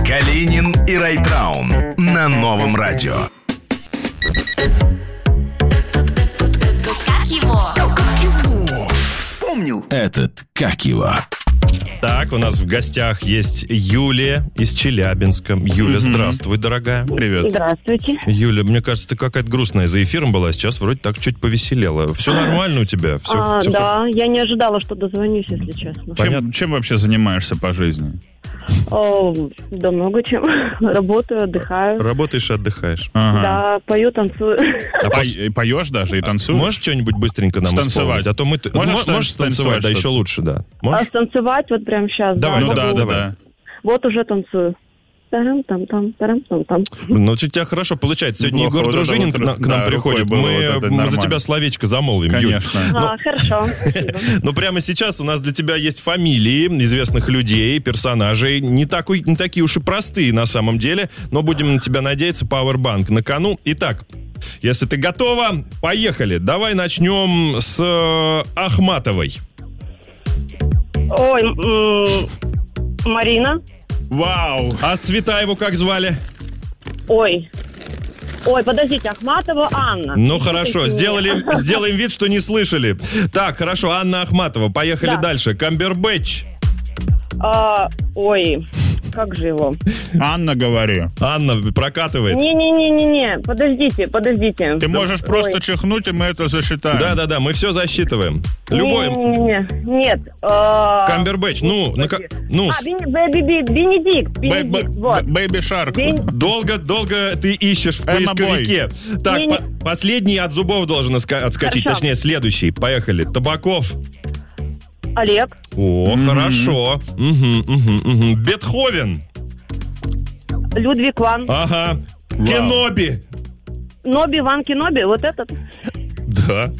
S1: Калинин и Райтраун на новом радио.
S4: Как его?
S7: Этот, как его?
S2: Так, у нас в гостях есть Юлия из Челябинска. Юля, здравствуй, дорогая.
S3: Привет.
S8: Здравствуйте.
S2: Юля, мне кажется, ты какая-то грустная за эфиром была, а сейчас вроде так чуть повеселела. Все нормально у тебя? Все,
S8: А, да, я не ожидала, что дозвонюсь, если честно.
S3: Чем, чем вообще занимаешься по жизни?
S8: О, да много чем. Работаю, отдыхаю.
S2: Работаешь и отдыхаешь.
S3: Ага.
S8: Да, пою, танцую.
S3: А по- и поешь даже и танцуешь?
S2: А, Можешь что-нибудь быстренько нам
S3: Станцевать.
S2: исполнить? А то мы... т-
S3: Можешь
S2: Мо-
S3: что-нибудь
S2: Можешь танцевать,
S3: станцевать
S2: да, еще
S3: что-то?
S2: лучше, да.
S8: А
S2: Можешь?
S8: танцевать вот прям сейчас.
S2: Давай,
S3: ну да,
S2: попробуй.
S3: да, да.
S8: Вот уже танцую. Тарам там там тарам там там.
S2: Ну, у тебя хорошо получается. Сегодня
S3: А? Неплохо,
S2: Егор
S3: вот это
S2: Дружинин
S3: вот
S2: к на- к нам
S3: да,
S2: приходит.
S3: рукой было, вот
S2: Мы
S3: это
S2: мы за
S3: нормально.
S2: тебя словечко замолвим, Юль.
S3: Конечно.
S8: А, хорошо. спасибо.
S2: Но прямо сейчас у нас для тебя есть фамилии известных людей, персонажей. Не, так, не такие уж и простые на самом деле, но будем на тебя надеяться. Пауэрбанк на кону. Итак, если ты готова, поехали. Давай начнем с э, Ахматовой.
S8: Ой, м, Марина.
S3: Вау.
S2: А цвета его как звали?
S8: Ой. Ой, подождите, Ахматова Анна.
S2: Ну хорошо,
S8: Извините.
S2: сделали, сделаем вид, что не слышали. Так, хорошо, Анна Ахматова, поехали
S8: Да.
S2: дальше. Камбербэтч.
S8: А, ой, как же его?
S3: Анна, говорю.
S2: Анна прокатывает.
S8: Не-не-не-не-не, подождите, подождите.
S3: Ты можешь просто чихнуть, и мы это засчитаем.
S2: Да-да-да, мы все засчитываем. Любой...
S8: Не-не-не, Нет. э,
S2: Камбербэтч, ну, ну, как- ну,
S8: А, Бен- Бе- Бе- Бе- Бенедикт, Бенедикт, вот.
S3: Бэйби Шарк.
S8: Бен-
S2: Долго, долго ты ищешь в
S3: Эмма
S2: поисковике. Так,
S8: Не-не.
S2: по- последний от зубов должен отска- отскочить,
S8: Хорошо.
S2: точнее, следующий. Поехали. Табаков.
S8: Олег,
S2: О, хорошо. Мгм, мгм, мгм. Бетховен.
S8: Людвиг Ван,
S2: А? Ага. Кеноби.
S8: Ноби, Ван Кеноби, вот этот.
S2: Да.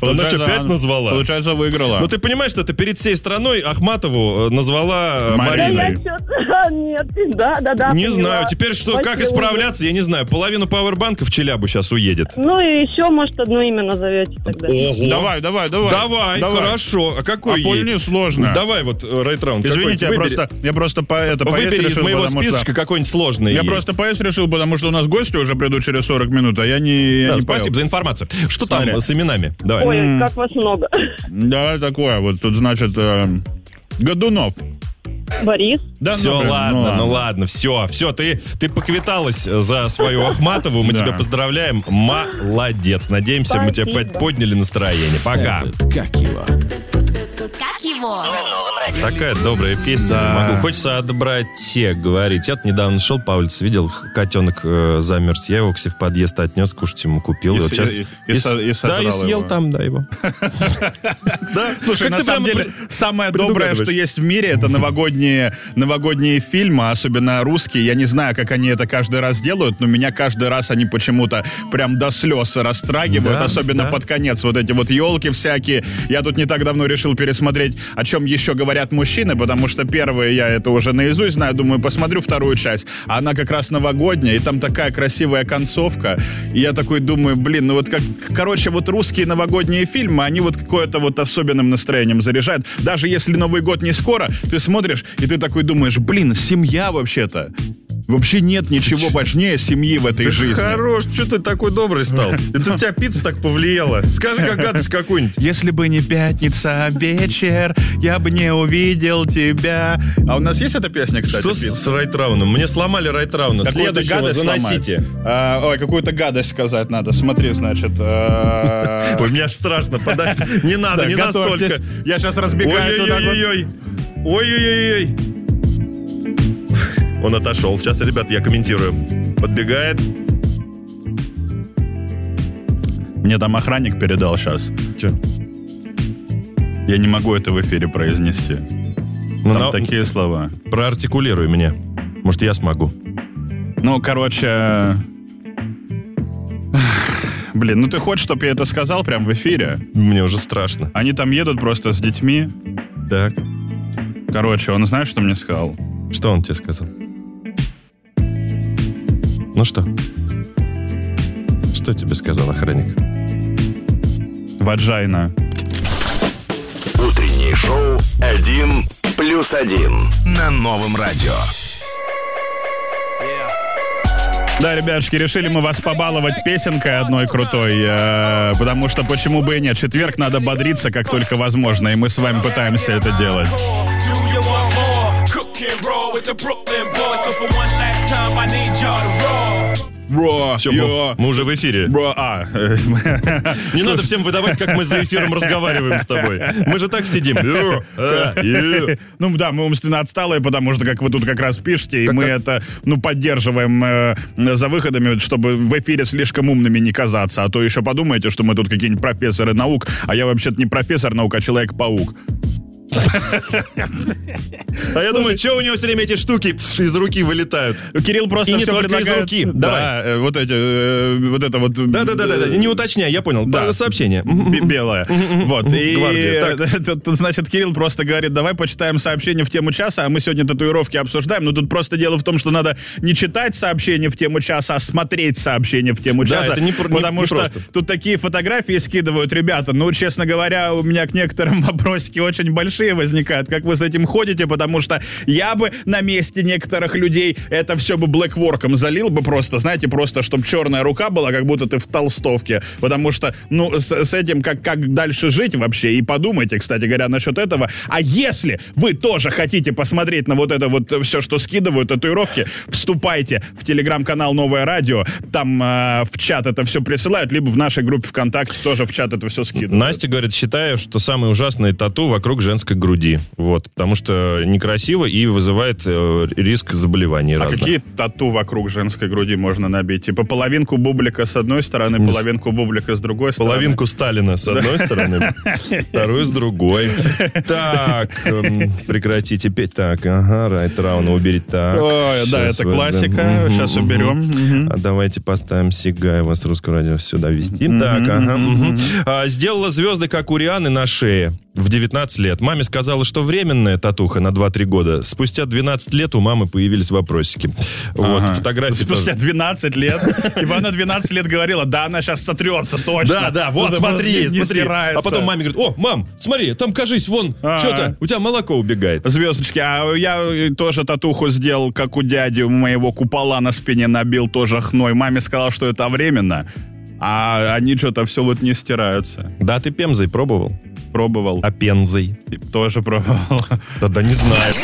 S2: Она
S3: ну,
S2: что,
S3: а,
S2: пять назвала?
S3: Получается, выиграла.
S2: Ну ты понимаешь, что ты перед всей страной Ахматову э, назвала э,
S3: Марина.
S8: Да
S2: Мариной.
S8: я чё- Нет, да, да, да.
S2: Не
S8: поняла.
S2: знаю, теперь что, как
S8: Спасибо.
S2: исправляться, я не знаю. Половину пауэрбанка в Челябу сейчас уедет.
S8: Ну и еще, может, одно имя назовете тогда.
S2: Ого.
S3: Давай, давай,
S2: Давай,
S3: давай.
S2: хорошо. А
S3: А
S2: какой ей?
S3: не сложно.
S2: Давай вот э, райт-раунд.
S3: Извините, я
S2: какой-нибудь
S3: просто, я просто по это
S2: выбери.
S3: поесть
S2: Выбери из
S3: решил,
S2: моего
S3: потому что-
S2: списочка какой-нибудь сложный.
S3: Я
S2: ей.
S3: просто поесть решил, потому что у нас гости уже придут через 40 минут, а я не, я
S2: Да,
S3: не
S2: спасибо
S3: поел.
S2: за информацию. Что там
S3: Смотри.
S2: с именами? Давай.
S8: Ой, как вас много.
S3: Да, такое. Вот тут, значит, эм, Годунов.
S8: Борис,
S3: Да,
S2: Все,
S3: ну, блин,
S2: ладно, ну ладно, все, все, ты, ты поквиталась за свою Ахматову, мы
S3: Да.
S2: тебя поздравляем, молодец, надеемся, мы тебе
S8: Спасибо.
S2: под- подняли настроение, пока.
S7: Этот, как его?
S4: Как его?
S2: Такая добрая песня. не Могу. Хочется о доброте говорить. Я недавно шел по улице, видел, х- котенок э, замерз. Я его к себе в подъезд отнес, кушать ему купил.
S3: И
S2: вот
S3: с-
S2: щас-
S3: и- и
S2: с-
S3: со- и
S2: да,
S3: сожрал
S2: и съел
S3: его.
S2: там, да, его. Да,
S3: Слушай,
S2: как
S3: на
S2: ты
S3: самом
S2: прямо
S3: деле,
S2: при-
S3: самое доброе,
S2: предугадываешь?
S3: что есть в мире, это новогодние, новогодние фильмы, особенно русские. Я не знаю, как они это каждый раз делают, но меня каждый раз они почему-то прям до слез растрагивают,
S2: Да,
S3: особенно
S2: да.
S3: под конец. Вот эти вот елки всякие. Я тут не так давно решил пересмотреть, о чем еще говорят мужчины, потому что первые я это уже наизусть знаю. Думаю, посмотрю вторую часть. А Она как раз новогодняя, и там такая красивая концовка. И я такой думаю, блин, ну вот как... Короче, вот русские новогодние фильмы, они вот какое-то вот особенным настроением заряжают. Даже если Новый год не скоро, ты смотришь, и ты такой думаешь, блин, семья вообще-то. Вообще нет ничего важнее семьи в этой
S2: Ты
S3: жизни.
S2: хорош, что ты такой добрый стал? Это у тебя пицца так повлияла. Скажи как гадость какую-нибудь.
S3: Если бы не пятница а вечер, я бы не увидел тебя. А у нас есть эта песня, кстати?
S2: Что с,
S3: пи-
S2: с Райтрауном? Мне сломали Райтрауна.
S3: Какую-то
S2: Следующего
S3: гадость
S2: заносите.
S3: сломать. А, ой, какую-то гадость сказать надо. Смотри, значит. а,
S2: Ой, мне аж страшно, подальше. Не надо,
S3: так,
S2: не
S3: готовьтесь.
S2: настолько.
S3: Я сейчас разбегаюсь. вот так вот.
S2: Ой-ой-ой-ой. Ой-ой-ой-ой. Он отошел. Сейчас, ребят, я комментирую. Подбегает.
S3: Мне там охранник передал сейчас.
S2: Че?
S3: Я не могу это в эфире произнести. Там
S2: на-
S3: такие слова.
S2: Проартикулируй меня. Может, я смогу.
S3: Ну, короче... Блин, ну ты хочешь, чтобы я это сказал прям в эфире?
S2: Мне уже страшно.
S3: Они там едут просто с детьми.
S2: Так.
S3: Короче, он знаешь, что мне сказал?
S2: Что он тебе сказал? Ну что? Что тебе сказал охранник?
S3: Ваджайна.
S1: Утреннее шоу «Один плюс один» на новом радио.
S3: Да, ребятушки, решили мы вас побаловать песенкой одной крутой, э, потому что почему бы и нет, четверг надо бодриться как только возможно, и мы с вами пытаемся это делать.
S9: Do you want more? Cook and roll with the Brooklyn boys. So for one last time, I need y'all to roll.
S3: Бро,
S2: Все, мы, мы уже в эфире.
S3: бро, а,
S2: Не надо всем выдавать, как мы за эфиром разговариваем с тобой. Мы же так сидим. Ё, а, ё.
S3: Ну да, мы умственно отсталые, потому что, как вы тут как раз пишете, и мы это, ну, поддерживаем э, за выходами, чтобы в эфире слишком умными не казаться. А то еще подумаете, что мы тут какие-нибудь профессоры наук, а я вообще-то не профессор наук, а человек-паук.
S2: А я думаю, что у него все время эти штуки пш, из руки вылетают?
S3: Кирилл просто
S2: И не
S3: все
S2: только из
S3: предлагает...
S2: руки.
S3: Да, э, вот эти, э, вот это вот...
S2: Да-да-да, не уточняй, я понял.
S3: Да.
S2: Сообщение.
S3: Бе- белая. Вот. И
S2: Гвардия, так.
S3: э, тут, тут, значит, Кирилл просто говорит, давай почитаем сообщение в тему часа, а мы сегодня татуировки обсуждаем. Но тут просто дело в том, что надо не читать сообщение в тему часа, а смотреть сообщение в тему
S2: Да,
S3: часа.
S2: это не про- не-
S3: потому
S2: не
S3: что
S2: просто.
S3: тут такие фотографии скидывают ребята. Ну, честно говоря, у меня к некоторым вопросики очень большие возникают. Как вы с этим ходите? Потому что я бы на месте некоторых людей это все бы блэкворком залил бы просто, знаете, просто, чтобы черная рука была, как будто ты в толстовке. Потому что, ну, с, с этим как, как дальше жить вообще? И подумайте, кстати говоря, насчет этого. А если вы тоже хотите посмотреть на вот это вот все, что скидывают, татуировки, вступайте в телеграм-канал «Новое радио». Там э, в чат это все присылают, либо в нашей группе ВКонтакте тоже в чат это все скидывают.
S2: Настя говорит, считаю, что самые ужасные тату вокруг женской груди. Вот, потому что некрасиво и вызывает э, риск заболеваний
S3: А
S2: разных.
S3: какие тату вокруг женской груди можно набить? Типа половинку бублика с одной стороны,
S2: с-
S3: половинку бублика с другой стороны.
S2: Половинку Сталина с одной стороны, вторую с другой. Так, эм, прекратите петь. Так, ага, Райт Рауна уберите. Так,
S3: Ой, да,
S2: щас
S3: это
S2: вот,
S3: классика.
S2: мгм,
S3: Сейчас
S2: мгм.
S3: уберем. Мгм.
S2: А давайте поставим Сигаева с русского радио сюда вести. Так, ага. мгм. А, Сделала звезды, как у Рианы, на шее в 19 лет. Маме сказала, что временная татуха на 2-3 года. Спустя 12 лет у мамы появились вопросики. Вот,
S3: Ага.
S2: фотографии тоже.
S3: Спустя 12 лет. Ибо она 12 лет говорила, да, она сейчас сотрется, точно.
S2: Да, да, вот,
S3: Это
S2: смотри,
S3: просто не- не
S2: смотри.
S3: стирается.
S2: А потом маме говорит, о, мам, смотри, там, кажись, вон,
S3: А.
S2: что-то, у тебя молоко убегает.
S3: Звездочки, а я э, тоже татуху сделал, как у дяди у моего купола на спине набил тоже хной. Маме сказал, что это временно. А они что-то все вот не стираются.
S2: Да, ты пемзой пробовал?
S3: Пробовал.
S2: А пензой?
S3: Тоже пробовал.
S2: Да-да, не знаю.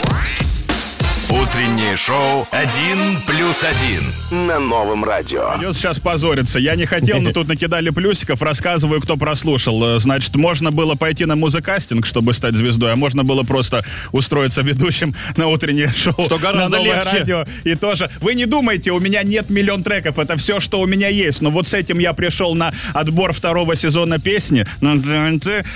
S1: Утреннее шоу «Один плюс один» на новом радио.
S3: Придется сейчас позориться. Я не хотел, но тут накидали плюсиков. Рассказываю, кто прослушал. Э, Значит, можно было пойти на музыкастинг, чтобы стать звездой, а можно было просто устроиться ведущим на утреннее шоу.
S2: Что гораздо
S3: на новое
S2: легче.
S3: радио. И тоже... Вы не думайте, у меня нет миллион треков. Это все, что у меня есть. Но вот с этим я пришел на отбор второго сезона песни. Ну,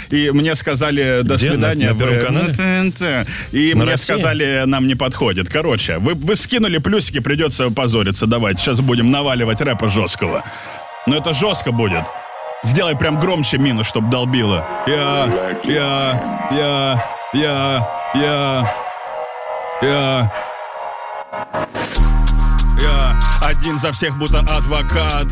S3: И мне сказали до
S2: Где? На-
S3: свидания.
S2: на Первом
S3: Вы- ну,
S2: канале?
S3: ТНТ. И
S2: На
S3: мне
S2: России?
S3: сказали, нам не подходит. Короче, вы, вы скинули плюсики, придется позориться. Давайте, сейчас будем наваливать рэпа жесткого. Но это жестко будет. Сделай прям громче минус, чтоб долбило. Я, я, я, я, я, я. Я. Один за всех будто адвокат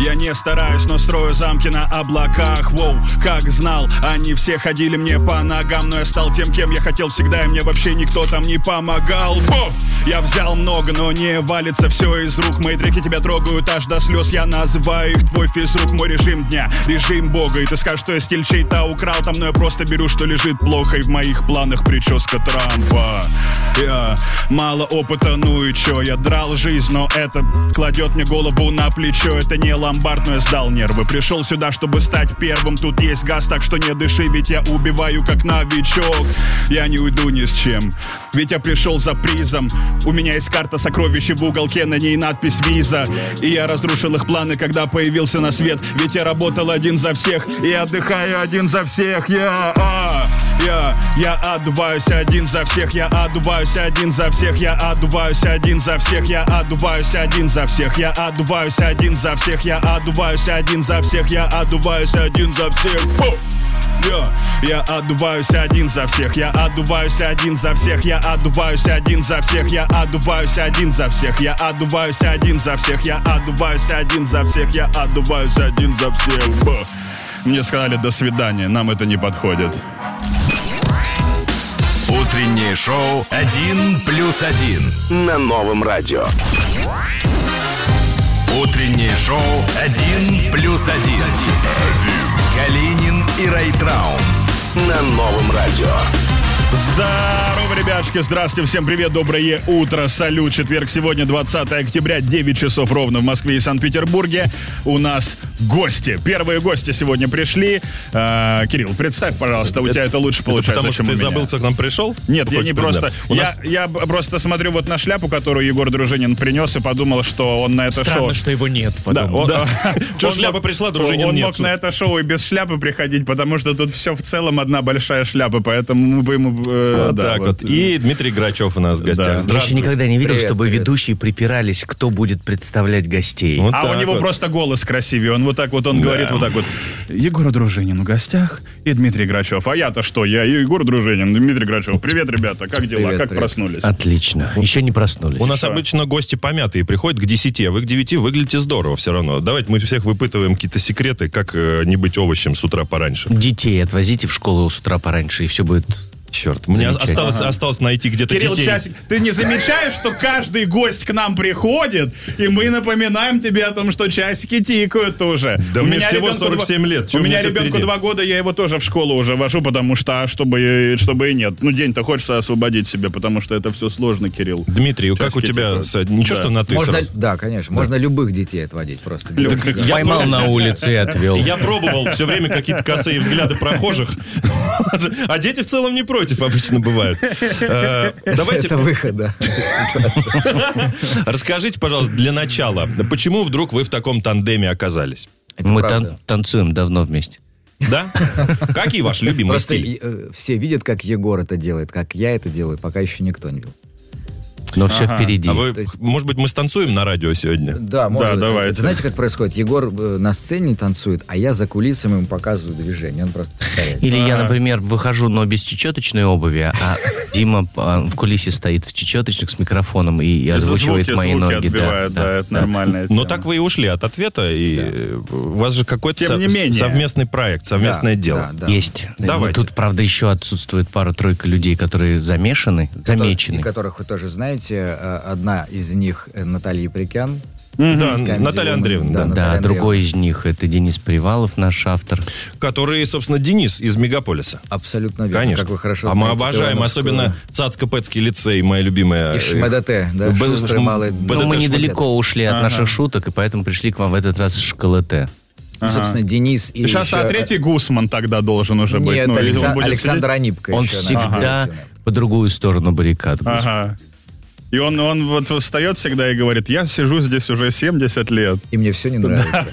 S3: Я не стараюсь, но строю замки на облаках Воу, как знал, они все ходили мне по ногам Но я стал тем, кем я хотел всегда И мне вообще никто там не помогал Бу! Я взял много, но не валится все из рук Мои треки тебя трогают аж до слез Я называю их твой физрук Мой режим дня, режим бога И ты скажешь, что я стиль чей-то украл Там, но я просто беру, что лежит плохо И в моих планах прическа Трампа Я мало опыта, ну и чё Я драл жизнь, но это кладет мне голову на плечо Это не ломбард, но я сдал нервы Пришел сюда, чтобы стать первым Тут есть газ, так что не дыши Ведь я убиваю, как новичок Я не уйду ни с чем Ведь я пришел за призом У меня есть карта сокровища в уголке На ней надпись виза И я разрушил их планы, когда появился на свет Ведь я работал один за всех И отдыхаю один за всех Я, а, я, я отдуваюсь один за всех Я отдуваюсь один за всех Я отдуваюсь один за всех Я отдуваюсь один за всех Я отдуваюсь один за всех Я отдуваюсь один за всех Я отдуваюсь один за всех Фу! Я, я отдуваюсь один за всех, я отдуваюсь один за всех, я отдуваюсь один за всех, я отдуваюсь один за всех, я отдуваюсь один за всех, я отдуваюсь один за всех, я отдуваюсь один за всех. Б. Мне сказали до свидания, нам это не подходит.
S1: Утреннее шоу «Один плюс один» на новом радио. Утреннее шоу «Один плюс один». Калинин и Райтраун на новом радио.
S3: Здорово, ребятушки, здравствуйте, всем привет, доброе утро, салют, четверг, сегодня 20 октября, 9 часов ровно в Москве и Санкт-Петербурге. У нас гости, первые гости сегодня пришли. Э, Кирилл, представь, пожалуйста, у тебя это лучше получается,
S2: Потому что
S3: чем
S2: ты
S3: у меня.
S2: забыл, кто к нам пришел?
S3: Нет,
S2: Ты
S3: я
S2: хочешь
S3: не
S2: признать?
S3: просто.
S2: У
S3: я,
S2: нас
S3: я б- просто смотрю вот на шляпу, которую Егор Дружинин принес, и подумал, что он на это шоу.
S10: Странно, что его нет.
S3: Да,
S10: подумал.
S3: он-
S2: Да. Чё
S3: он
S2: шляпа
S3: мог-
S2: пришла, Дружинин
S3: Он
S2: нет?
S3: мог на это шоу и без шляпы приходить, потому что тут все в целом одна большая шляпа, поэтому мы бы ему... э,
S2: вот
S3: да,
S2: так вот. И Дмитрий Грачев у нас в
S3: Да.
S2: гостях.
S10: Я еще
S2: Здравствуй.
S10: никогда не видел,
S6: Привет,
S10: чтобы
S6: привет.
S10: ведущие припирались, кто будет представлять гостей.
S2: Вот
S3: А у
S2: так
S3: него
S2: вот.
S3: просто голос красивее. Он вот так вот, он говорит вот так вот. Егор Дружинин в гостях и Дмитрий Грачев. А я-то что? Я Егор Дружинин, Дмитрий Грачев. Привет, ребята, как дела?
S6: Привет,
S3: как
S6: привет.
S3: проснулись?
S10: Отлично. Еще не проснулись.
S2: У нас обычно гости помятые приходят к 10, а вы к 9 выглядите здорово все равно. Давайте мы всех выпытываем какие-то секреты, как э, не быть овощем с утра пораньше.
S10: Детей отвозите в школу с утра пораньше, и все будет...
S2: Черт, мне
S10: Замечательно.
S2: осталось, осталось найти где-то
S3: Кирилл,
S2: детей.
S3: часик, ты не замечаешь, что каждый гость к нам приходит, и мы напоминаем тебе о том, что часики тикают уже.
S2: Да мне всего
S3: ребенку
S2: 47 лет, чё
S3: У
S2: у меня
S3: меня
S2: всё
S3: ребенку
S2: впереди?
S3: два года, я его тоже в школу уже вожу, потому что, а, чтобы, и- чтобы и нет. Ну, день-то хочется освободить себе, потому что это все сложно, Кирилл.
S2: Дмитрий, как у
S3: Часики
S2: тебя?
S3: тикают.
S2: с- Ничего,
S3: Да.
S2: что на ты
S6: Можно,
S2: сразу?
S6: да, конечно, можно любых детей отводить просто.
S3: Лю-
S2: Так я
S10: Поймал на улице и отвел.
S2: Я пробовал все время какие-то косые взгляды прохожих. А дети в целом не против обычно бывают. Э, Давайте
S6: Это выход, да.
S2: расскажите, пожалуйста, для начала, почему вдруг вы в таком тандеме оказались?
S6: Это
S10: Мы
S6: правда.
S10: тан- танцуем давно вместе.
S2: Да? Какие ваши любимые
S6: Просто
S2: стили?
S6: э, все видят, как Егор это делает, как я это делаю, пока еще никто не видел.
S10: Но все
S3: Ага.
S10: впереди.
S2: А вы, может быть, мы станцуем на радио сегодня?
S6: Да, можно.
S3: давай.
S6: Это знаете, как происходит? Егор э, на сцене танцует, а я за кулисами ему показываю движение. Он просто повторяет.
S10: Или я, например, выхожу, но без чечеточной обуви, а Дима а, в кулисе стоит в чечеточных с микрофоном и, и озвучивает
S3: звуки,
S10: мои
S3: звуки
S10: ноги. Да,
S3: отбивает, да,
S10: да,
S3: это
S10: да.
S3: нормальная
S2: Но
S3: тема.
S2: так вы и ушли от ответа, и э, у вас же какой-то
S3: Тем не
S2: со-
S3: менее.
S2: совместный проект, совместное дело.
S6: Да, да.
S10: Есть.
S2: Давайте.
S10: Тут, правда, еще отсутствует пара-тройка людей, которые замешаны,
S6: И
S10: замечены.
S6: которых вы тоже знаете. Э, Одна из них э, Наталья Епрекян.
S2: Да,
S6: из Comedy
S2: Наталья
S6: Woman.
S2: Андреевна, да.
S6: Наталья
S10: Да,
S6: Андреевна.
S10: другой из них это Денис Привалов, наш автор.
S2: Который, собственно, Денис из Мегаполиса.
S6: Абсолютно верно.
S2: Конечно.
S6: Как вы хорошо
S2: а мы
S6: знаете
S2: обожаем,
S6: Ивановскую.
S2: особенно Цацко-Петский лицей, моя любимая. э,
S6: И ШМДТ, да,
S2: Б-
S6: шустрый
S2: м-
S6: малый. Ну,
S2: Б-
S6: Вот
S10: Но
S2: это
S10: мы
S2: ж
S10: недалеко ушли от наших шуток, и поэтому пришли к вам в этот раз с шоколате.
S6: Собственно, Денис и
S3: Сейчас
S6: еще-
S3: а третий Гусман тогда должен уже быть.
S6: Нет,
S3: Ну, или он
S6: Александ-
S3: будет
S6: Александр
S3: сидеть-
S6: Анипко.
S10: Он
S6: еще на
S10: всегда
S6: Андреевне.
S10: по другую сторону баррикад. Господи.
S3: Ага. И он, он вот встает всегда и говорит, я сижу здесь уже 70 лет.
S6: И мне все не нравится.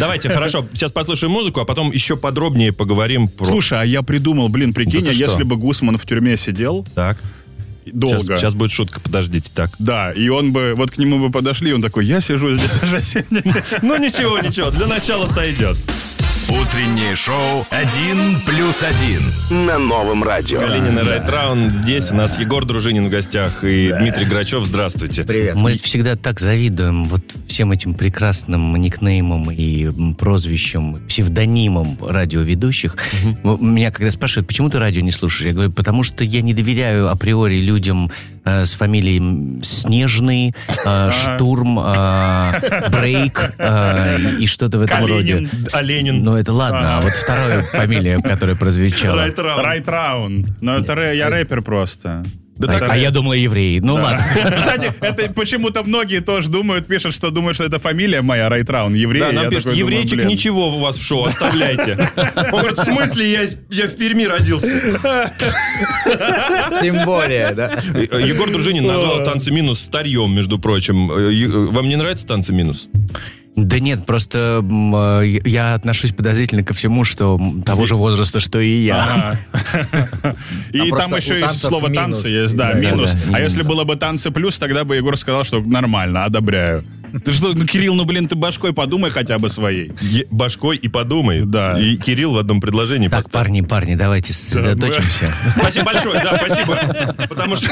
S2: Давайте, хорошо, сейчас послушаем музыку, а потом еще подробнее поговорим про...
S3: Слушай, а я придумал, блин, прикинь,
S2: Да
S3: а
S2: ты
S3: если
S2: что?
S3: бы Гусман в тюрьме сидел
S2: Так,
S3: долго.
S2: сейчас, сейчас будет шутка, подождите, так.
S3: Да, и он бы, вот к нему бы подошли, он такой, я сижу здесь уже 70 лет.
S2: Ну ничего, ничего, для начала сойдет.
S1: Утреннее шоу «Один плюс один» на новом радио.
S2: Калинин и Райтраун здесь. У нас Егор Дружинин в гостях и Дмитрий Грачев. Здравствуйте.
S11: Привет.
S10: Мы всегда так завидуем вот всем этим прекрасным никнеймам и м, прозвищам, псевдонимам радиоведущих. М- Меня когда спрашивают, почему ты радио не слушаешь, я говорю, потому что я не доверяю априори людям э, с фамилией м, Снежный, э, Штурм, э, Брейк э, и и что-то в этом
S3: Калинин.
S10: роде.
S2: Оленин.
S10: Ну, это ладно, а вот вторая фамилия, которая прозвучала.
S2: Райтраун.
S3: Райтраун. Но Ну, это рэ- я рэпер просто.
S10: А- а я думала, евреи. Ну, ладно.
S3: Кстати, это почему-то многие тоже думают, пишут, что думают, что это фамилия моя, Райтраун, еврей.
S2: Да, нам
S3: Я
S2: пишут,
S3: такой думаю,
S2: еврейчик
S3: блин.
S2: ничего у вас в шоу, оставляйте. Он говорит, в смысле, я, я в Перми родился?
S11: Тем более, да.
S2: Э, Егор Дружинин назвал танцы минус старьем, между прочим. Э, Е- Вам не нравится танцы минус?
S10: Да нет, просто м, э, я отношусь подозрительно ко всему, что м, того же возраста, что и я.
S3: И
S11: А
S3: там
S11: просто у
S3: еще и
S11: танцев
S3: слово
S11: минус.
S3: танцы есть, да,
S11: Да,
S3: минус.
S10: да, да,
S3: А
S10: минус.
S3: если было бы танцы плюс, тогда бы Егор сказал, что нормально, одобряю. Ты что, ну, Кирилл, ну, блин, ты башкой подумай хотя бы своей.
S2: Е- башкой и подумай.
S3: Да.
S2: И Кирилл в одном предложении.
S10: Так,
S2: поставил.
S10: парни, парни, давайте сосредоточимся.
S2: Спасибо большое, да, спасибо. Потому что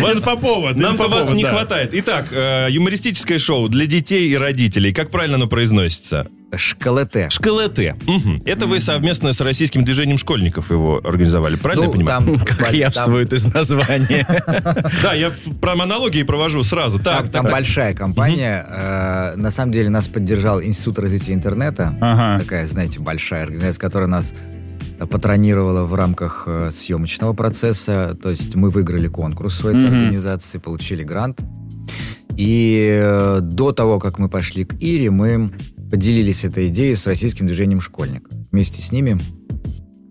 S2: вас по поводу. Нам-то вас не хватает. Итак, э, юмористическое шоу для детей и родителей. Как правильно оно произносится?
S11: Шкалете.
S2: Шкалете. Мгм. Это вы совместно с российским движением школьников его организовали, правильно я
S11: Ну,
S2: понимаю?
S11: там,
S10: Как я
S11: там-
S10: всвою из названия.
S2: Да, я про монологии провожу сразу.
S11: там-
S2: Так,
S11: там
S2: так, так.
S11: большая компания. Э, на самом деле нас поддержал Институт развития интернета.
S3: Ага.
S11: Такая, знаете, большая организация, которая нас патронировала в рамках э, съемочного процесса. То есть мы выиграли конкурс у этой
S3: Мгм.
S11: организации, получили грант. И э, до того, как мы пошли к Ире, мы поделились этой идеей с российским движением школьников. Вместе с ними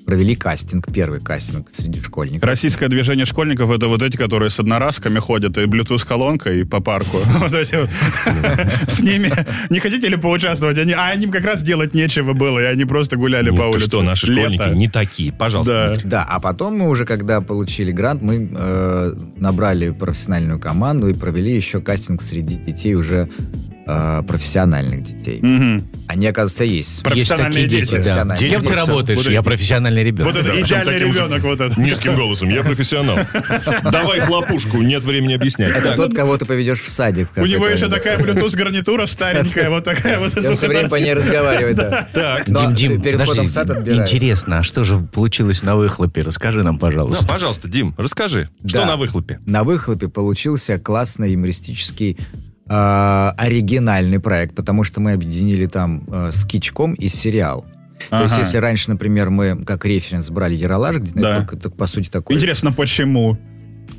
S11: провели кастинг, первый кастинг среди школьников.
S3: Российское движение школьников это вот эти, которые с одноразками ходят и Bluetooth колонкой по парку. Вот эти вот. С ними. Не хотите ли поучаствовать? Они, а им как раз делать нечего было, и они просто гуляли
S2: Ну,
S3: по
S2: ты
S3: улице.
S2: что, наши
S3: Лето.
S2: школьники не такие. Пожалуйста.
S3: Да.
S11: Да, а потом мы уже, когда получили грант, мы э, набрали профессиональную команду и провели еще кастинг среди детей уже э, профессиональных детей.
S3: Мгм.
S11: Они, оказывается, есть.
S10: Есть
S3: Профессиональные
S10: такие дети,
S3: дети.
S10: да.
S11: Профессиональные
S10: Кем ты
S11: дети.
S10: работаешь?
S3: Вот
S10: Я
S3: это-
S10: профессиональный
S3: Вот
S10: ребенок.
S3: это идеальный ребенок вот этот.
S2: Низким голосом. Я профессионал. Давай хлопушку, нет времени объяснять.
S11: Это
S2: Так.
S11: тот, кого ты поведешь в садик.
S3: У него еще такая Bluetooth гарнитура старенькая, вот такая вот.
S11: Он все время по ней разговаривает. да.
S2: Так.
S11: Но
S10: Дим, Дим,
S11: перед входом
S10: подожди,
S11: в сад отбирает.
S10: интересно, а что же получилось на выхлопе? Расскажи нам,
S2: Да,
S10: пожалуйста.
S2: Ну, пожалуйста, Дим, расскажи, что
S11: Да.
S2: на выхлопе?
S11: На выхлопе получился классный юмористический э, оригинальный проект, потому что мы объединили там э, с Кичком и сериал. То есть,
S3: Ага.
S11: если раньше, например, мы как референс брали Яралаш, где, ну,
S3: Да.
S11: только- так, по сути, такой...
S3: Интересно, почему?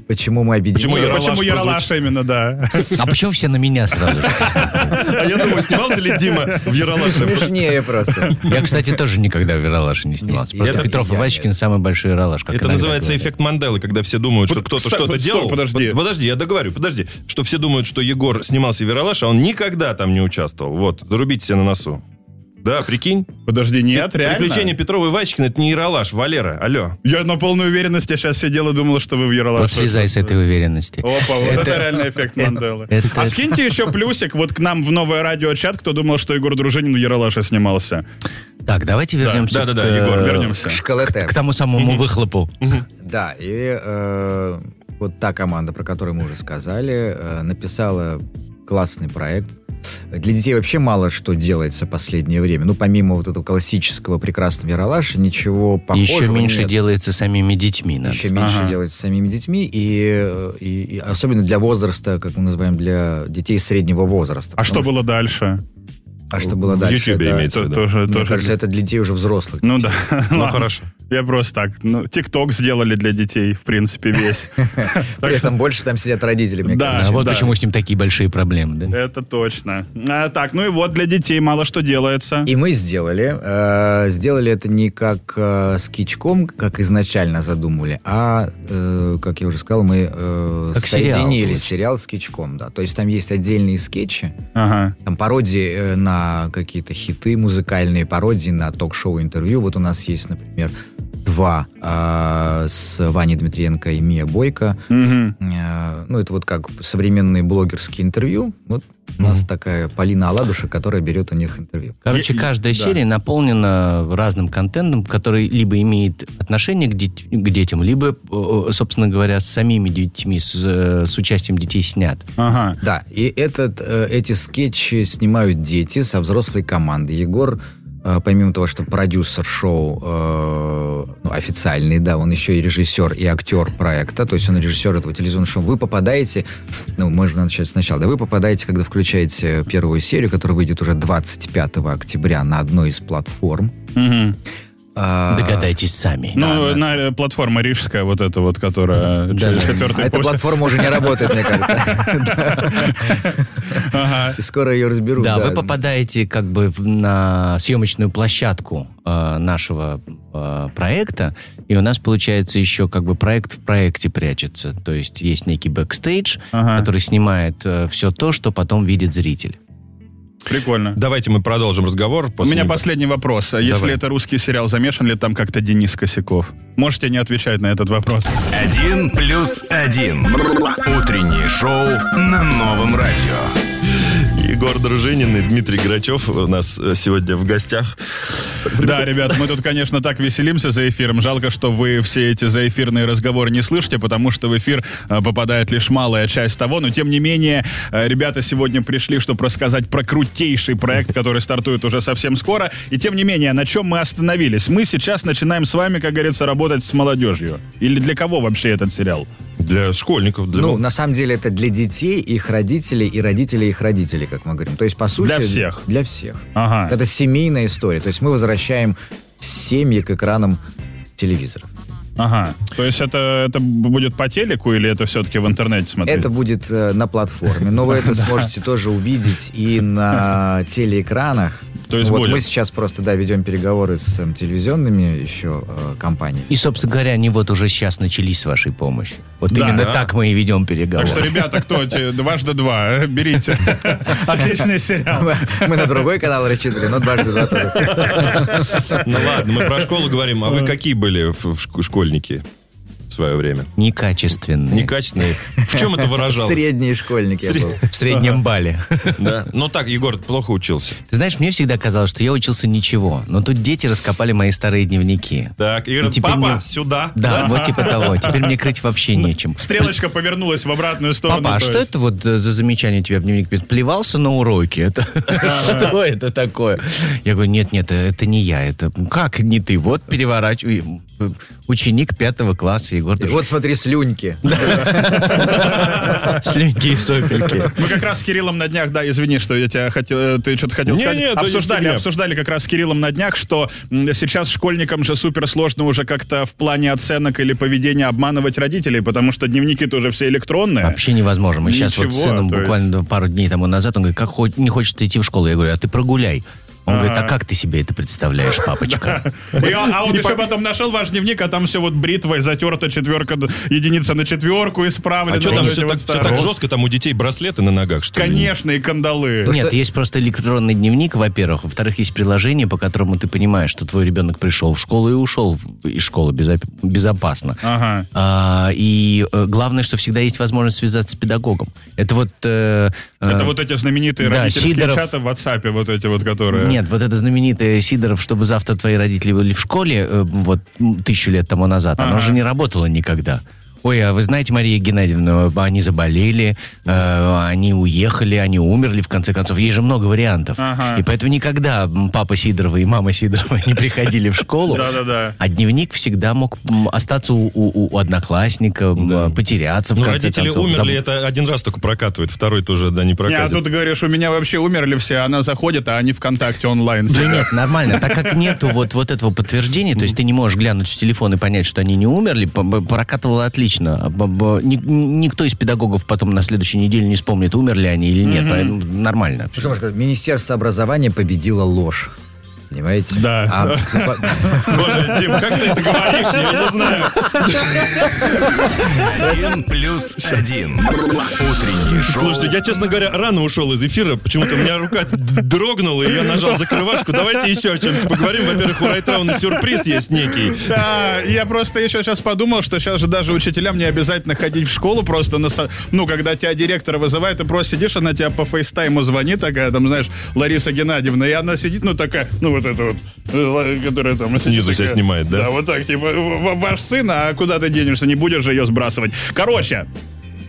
S11: Почему мы объединили?
S2: Почему Яралаш
S3: Почему Яралаш именно, да.
S10: А почему все на меня сразу же?
S2: А я думаю, снимался ли Дима в Яралаше?
S11: Смешнее просто.
S10: Я, кстати, тоже никогда в Ералаше не снимался.
S11: Не
S10: Просто
S11: снимался.
S10: Петров и
S11: Я-
S10: Вачкин самый большой
S3: ну
S10: Ералаш. как
S2: Это
S10: иногда
S2: называется
S10: говорят.
S2: эффект Манделы, когда все думают, что
S3: Под-
S2: кто-то
S3: стоп,
S2: что-то
S3: стоп,
S2: делал.
S3: подожди.
S2: Под- Подожди, я договорю, подожди. Что все думают, что Егор снимался в Яралаше, а он никогда там не участвовал. Вот, зарубите себе на носу. Да, прикинь?
S3: Подожди, нет,
S2: Приключения
S3: реально?
S2: Петрова и Вачкина, это не Яралаш, Валера, алло.
S3: Я на полной уверенности сейчас сидел и думал, что вы в Яралаше.
S10: Вот слезай с этой уверенности.
S3: Опа, вот это, реально эффект Манделы.
S10: это-
S3: а скиньте еще плюсик вот к нам в новое радио-чат, кто думал, что Егор Дружинин в Яралаше снимался.
S10: Так, давайте вернемся
S2: да, да, да,
S10: к, э,
S2: Егор,
S3: вернемся.
S11: Шкалете.
S10: к тому самому выхлопу.
S11: Да, и э, вот та команда, про которую мы уже сказали, э, написала классный проект. Для детей вообще мало что делается в последнее время. Ну, помимо вот этого классического прекрасного Яралаша, ничего
S10: И
S11: похожего
S10: Еще меньше
S11: нет.
S10: делается самими детьми. надо
S11: Еще
S10: сказать.
S11: меньше
S3: Ага.
S11: делается самими детьми, и, и- и особенно для возраста, как мы называем, для детей среднего возраста.
S3: А что
S11: Потому
S3: было дальше?
S11: а что было
S2: в
S11: дальше?
S2: Ютьюбе
S11: это-
S2: имеется в
S3: То-
S2: виду.
S3: Тоже,
S11: Мне
S3: тоже
S11: кажется,
S3: для-
S11: это для детей уже взрослых.
S3: Ну да.
S2: Ну,
S3: Ладно.
S2: хорошо.
S3: Я просто так. Ну, ТикТок сделали для детей, в принципе, весь.
S11: При этом больше там сидят родители, мне
S3: Да.
S10: А
S11: кажется.
S10: вот
S3: да.
S10: почему с ним такие большие проблемы. да?
S3: Это точно. А, так, ну и вот для детей мало что делается.
S11: И мы сделали. э, сделали это не как э, с кичком, как изначально задумывали, а, э, как я уже сказал, мы э,
S10: Как сериал,
S11: соединили
S10: получается.
S11: сериал с кичком, да. То есть там есть отдельные скетчи,
S3: Ага.
S11: там пародии э, на какие-то хиты, музыкальные пародии на ток-шоу, интервью. Вот у нас есть, например, два э, с Ваней Дмитриенко и Мия Бойко.
S3: Мгм.
S11: Э, ну, это вот как современные блогерские интервью. Вот У нас такая Полина Аладуша, которая берет у них интервью.
S10: Короче,
S11: Е-
S10: каждая
S11: да.
S10: серия наполнена разным контентом, который либо имеет отношение к, дет- к детям, либо, э, собственно говоря, с самими детьми, с, э, с участием детей снят.
S3: Ага.
S11: Да, и этот, э, эти скетчи снимают дети со взрослой команды. Егор, э, помимо того, что продюсер шоу э, ну, официальный, да, он еще и режиссер, и актер проекта, то есть он режиссер этого телевизионного шоу. Вы попадаете, ну, можно начать сначала, да, вы попадаете, когда включаете первую серию, которая выйдет уже 25 октября на одной из платформ. А,
S10: Догадайтесь сами.
S3: Ну, на- платформа рижская вот эта вот, которая через четвертый
S11: А эта
S3: путь.
S11: платформа уже не работает, мне кажется. И Скоро ее разберут.
S10: Да, вы попадаете как бы в- на съемочную площадку э, нашего э, проекта, и у нас получается еще как бы проект в проекте прячется. То есть есть некий бэкстейдж, который снимает все то, что потом видит зритель.
S3: Прикольно.
S2: Давайте мы продолжим разговор.
S3: У
S2: после
S3: меня
S2: небо-
S3: последний вопрос. А Если
S2: Давай.
S3: это русский сериал, замешан ли там как-то Денис Косяков? Можете не отвечать на этот вопрос.
S1: Один плюс один. Утреннее шоу на новом радио.
S2: Егор Дружинин и Дмитрий Грачев у нас э, сегодня в гостях.
S3: Да, ребят, мы тут, конечно, так веселимся за эфиром. Жалко, что вы все эти заэфирные разговоры не слышите, потому что в эфир э, попадает лишь малая часть того. Но, тем не менее, э, ребята сегодня пришли, чтобы рассказать про крутейший проект, который стартует уже совсем скоро. И, тем не менее, на чем мы остановились? Мы сейчас начинаем с вами, как говорится, работать с молодежью. Или для кого вообще этот сериал?
S2: Для школьников. Для...
S11: Ну, на самом деле это для детей, их родителей и родителей их родителей, как мы говорим. То есть, по сути...
S3: Для всех.
S11: Для всех.
S3: Ага.
S11: Это семейная история. То есть мы возвращаем семьи к экранам телевизора.
S3: Ага. То есть это, это будет по телеку или это все-таки в интернете смотреть?
S11: Это будет э, на платформе, но вы это
S3: Да.
S11: сможете тоже увидеть и на телеэкранах.
S3: То есть
S11: вот
S3: будет.
S11: мы сейчас просто, да, ведем переговоры с э, телевизионными еще э, компаниями.
S10: И, собственно говоря, они вот уже сейчас начались с вашей помощью. Вот
S3: Да.
S10: именно
S3: Да.
S10: так мы и ведем переговоры.
S3: Так что, ребята, кто те- дважды два, э, берите. Отличный сериал.
S11: Мы на другой канал рассчитывали, но дважды два тоже.
S2: Ну ладно, мы про школу говорим. А вы какие были в- в шк- школьники в свое время? Ну,
S10: Некачественные.
S2: Некачественные? В чем это выражалось?
S11: Средний школьник я
S2: Сред-
S11: был.
S10: В среднем бале.
S2: Да. Ну так, Егор, ты плохо учился.
S10: Ты знаешь, мне всегда казалось, что я учился ничего, но тут дети раскопали мои старые дневники.
S2: Так, Игорь,
S10: И теперь
S2: папа,
S10: мне-
S2: сюда.
S10: Ну, типа Да, вот типа того. Теперь мне крыть вообще нечем.
S3: Стрелочка повернулась в обратную сторону.
S10: Папа, а
S3: то
S10: что
S3: есть.
S10: это вот э, за замечание тебя в дневник? пишет? Плевался на уроки. Это что это такое? Я говорю, нет, нет, э, это не я. Это как не ты? Вот переворачивай. э, Ученик пятого класса Егор.
S11: И Вот смотри, слюньки.
S10: Слюньки и сопельки.
S3: Мы как раз с Кириллом на днях, да, извини, что я тебя хотел, э, ты что-то хотел
S2: Не,
S3: сказать.
S2: не, да не
S3: обсуждали,
S2: фигня.
S3: обсуждали как раз с Кириллом на днях, что м, сейчас школьникам же супер сложно уже как-то в плане оценок или поведения обманывать родителей, потому что дневники тоже все электронные.
S2: А
S10: Вообще невозможно. Мы сейчас вот с
S3: Ничего,
S10: сыном
S3: то есть-
S10: буквально пару дней тому назад, он говорит, как хоть, не хочет идти в школу. Я говорю, а ты прогуляй. Он говорит, а как ты себе это представляешь, папочка?
S3: И он- а он еще потом нашел ваш дневник, а там все вот бритвой затерта четверка, д- единица на четверку исправлена.
S2: А что там
S3: вот эти
S2: все
S3: вот
S2: так, всё
S3: старые.
S2: так жестко? Там у детей браслеты на ногах, что ли?
S3: Конечно, и кандалы.
S10: Нет, есть просто электронный дневник, во-первых. Во-вторых, есть приложение, по которому ты понимаешь, что твой ребенок пришел в школу и ушел в- из школы безоп- безопасно.
S3: Ага.
S10: А, и э, главное, что всегда есть возможность связаться с педагогом. Это вот... э, э,
S3: Это вот эти знаменитые
S10: да,
S3: родительские
S10: Сидоров.
S3: чаты в WhatsApp, вот эти вот, которые...
S10: Нет, вот это знаменитое Сидоров, чтобы завтра твои родители были в школе, э, вот м, тысячу лет тому назад, оно
S3: Ага.
S10: же не работало никогда. Ой, а вы знаете, Мария Геннадьевна, а они заболели, э, они уехали, они умерли, в конце концов. Есть же много вариантов.
S3: Ага.
S10: И поэтому никогда м, папа Сидорова и мама Сидорова не приходили в школу.
S3: Да-да-да.
S10: А дневник всегда мог м, остаться у, у- у одноклассника, м, потеряться в
S2: Ну,
S10: конце
S2: родители
S10: концов.
S2: умерли,
S10: Заб-
S2: это один раз только прокатывает, второй тоже, да, не
S3: Не, а
S2: прокатит.
S3: тут говоришь, у меня вообще умерли все, она заходит, а они ВКонтакте онлайн.
S10: Да нет, нормально. Так как нету вот, вот этого подтверждения, то есть ты не можешь глянуть в телефон и понять, что они не умерли, п- п- прокатывало отлично. А б- б- ни- Никто из педагогов потом на следующей неделе не вспомнит, умерли они или нет. Поэтому Нормально.
S11: Что можно сказать? Министерство образования победило ложь. Понимаете?
S2: Да.
S11: А, по-
S2: Боже, Дим, как ты это говоришь? Я не знаю.
S1: Один плюс один. Утреннее шоу.
S2: Слушайте, я, честно говоря, рано ушел из эфира. Почему-то у меня рука д- дрогнула, и я нажал закрывашку. Давайте еще о чем-то поговорим. Во-первых, у Райтрауна сюрприз есть некий.
S3: Да, я просто еще сейчас подумал, что сейчас же даже учителям не обязательно ходить в школу, просто на со- ну, когда тебя директор вызывает, ты просто сидишь, она тебя по фейстайму звонит, такая, там, знаешь, Лариса Геннадьевна, и она сидит, ну, такая, ну, вот это вот, э, ла- которая там...
S2: Снизу себя
S3: такая,
S2: снимает, да?
S3: Да, вот так, типа, «В- в- ваш сын, а куда ты денешься, не будешь же ее сбрасывать. Короче,